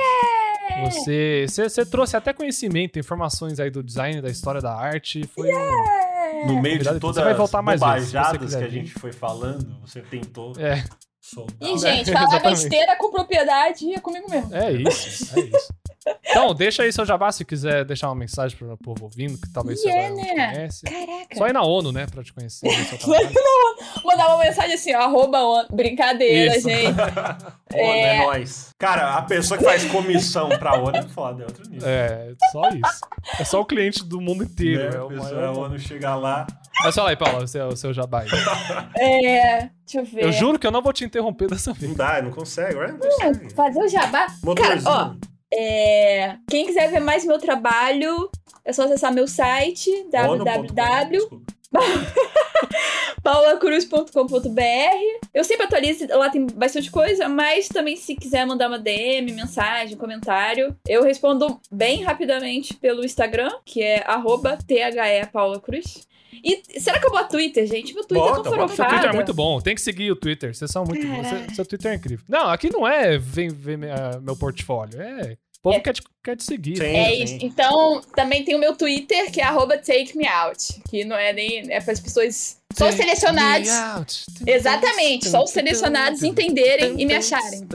S1: Você, você, você trouxe até conhecimento, informações aí do design, da história da arte. Foi um-
S3: É.
S2: No meio
S1: Convidado,
S2: de todas
S1: você vai voltar
S2: as
S1: mais vezes, se você
S2: bobajadas
S1: quiser
S2: que a
S1: vir.
S2: gente foi falando, você tentou
S1: É,
S2: soltar.
S3: E, gente,
S1: É,
S3: falar
S1: exatamente.
S3: besteira com propriedade é comigo mesmo.
S1: é isso, é isso. Então, deixa aí seu jabá se quiser deixar uma mensagem pro povo ouvindo, que talvez
S3: E é,
S1: você não
S3: né?
S1: conhece.
S3: Caraca.
S1: Só ir na ONU, né, pra te conhecer. no seu
S3: Só ir
S1: trabalho.
S3: Mandar uma mensagem assim, ó, arroba on- Brincadeira,
S1: Isso.
S3: gente.
S2: Pô, é nóis. Cara, a pessoa que faz comissão pra ONU é foda, é outro nível.
S1: É, só isso. É só o cliente do mundo inteiro.
S2: né?
S1: é
S2: a
S1: o
S2: pessoa, a
S1: maior...
S2: ONU chega lá.
S1: Mas fala aí, Paula, o seu, o seu jabá aí.
S3: É, deixa eu ver.
S1: Eu juro que eu não vou te interromper dessa vez.
S2: Não dá, não consegue, agora não consegue.
S3: Fazer o jabá.
S2: Motorzinho.
S3: Cara, ó, É, quem quiser ver mais meu trabalho, é só acessar meu site
S2: ONU.com, desculpa.
S3: www.paulacruz.com.br. Eu sempre atualizo, lá tem bastante coisa, mas também se quiser mandar uma DM, mensagem, comentário, eu respondo bem rapidamente pelo Instagram, que é arroba THEPaulaCruz. E será que eu boto Twitter, gente? Meu Twitter
S2: Bota,
S3: é tão
S2: bota.
S1: Seu
S3: farofado.
S1: Twitter é muito bom, tem que seguir o Twitter. Vocês são muito bons. Seu, seu Twitter é incrível. Não, aqui não é vem ver minha- meu portfólio. É. O povo
S3: É.
S1: Quer, te, quer te seguir. né?
S2: Sim,
S3: É
S2: sim.
S3: isso. Então, também tem o meu Twitter, que é arroba take me out. Que não é nem. É para as pessoas. Só os selecionados. Exatamente, só os selecionados entenderem e me acharem.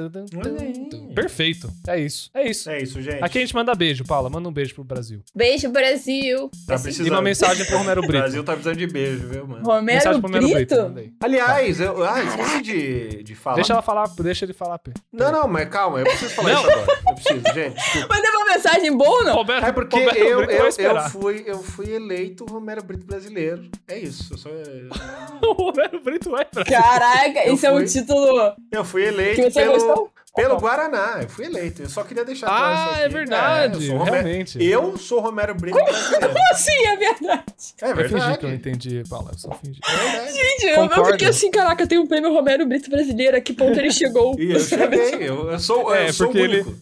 S1: Perfeito. É isso. É isso.
S2: É isso, gente.
S1: Aqui a gente manda beijo, Paula. Manda um beijo pro Brasil.
S3: Beijo, Brasil.
S2: tá
S1: E
S2: precisando.
S1: uma mensagem pro Romero
S2: O
S1: Brito.
S2: Brasil tá precisando de beijo, viu, mano?
S1: mensagem
S3: Romero
S1: pro Romero Brito. né?
S3: Brito.
S1: manda aí.
S3: Tá.
S2: Aliás, eu ah, esqueci de, de falar.
S1: Deixa ela falar, deixa ele falar, Pê.
S2: Não, não, mas calma, eu preciso falar
S1: Não.
S2: isso agora. Eu preciso, gente. desculpa.
S3: Mandei uma mensagem boa ou não?
S1: Roberto,
S2: É porque
S1: Roberto
S2: eu,
S1: Brito vai
S2: eu, eu,
S1: esperar.
S2: fui, eu fui eleito Romero Brito brasileiro. É isso. Eu, sou-
S1: O Romero Brito vai pra.
S3: Caraca,
S2: Eu
S3: esse é um
S2: fui.
S3: título
S2: eu fui
S3: que
S2: eleito
S3: você
S2: pelo
S3: gostou?
S2: Pelo Guaraná, eu fui eleito. Eu só queria deixar claro isso
S1: Ah,
S2: aqui.
S1: é verdade,
S2: eu sou Romero,
S1: realmente.
S2: eu sou Romero Brito brasileiro.
S3: Sim, é verdade.
S2: É
S1: Eu fingi que eu
S2: verdade.
S1: entendi, Paula, eu só fingi.
S2: É verdade.
S3: Entendi. Eu, eu
S1: Concordo.
S3: fiquei assim, caraca, tem um prêmio Romero Brito brasileiro, a que ponto ele chegou?
S2: E eu
S3: sabe?
S2: cheguei, eu, eu sou,
S1: É,
S2: eu sou o
S1: porque ele,
S2: único.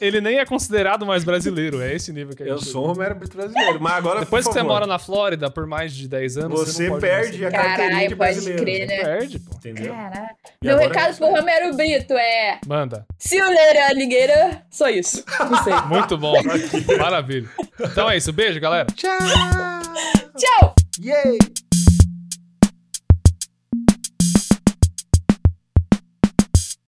S1: ele nem é considerado mais brasileiro, é esse nível que a
S2: Eu
S1: gente-
S2: sou o Romero Brito brasileiro. Mas agora,
S1: Depois
S2: por
S1: que você
S2: favor,
S1: mora na Flórida por mais de 10 anos,
S2: você
S1: você, não pode mais
S2: perde
S1: ser.
S2: a carteirinha de
S3: Caralho, pode
S2: brasileiro.
S3: crer, né?
S1: Perde, pô.
S2: Entendeu?
S3: Caraca.
S2: E
S3: Meu
S2: agora
S3: recado
S2: é
S3: pro Romero Brito é.
S1: Manda.
S3: Se o ler a ligueira, só isso. Não sei.
S1: Muito bom. Maravilha. Então é isso. Beijo, galera.
S2: Tchau!
S3: Tchau!
S2: Yay!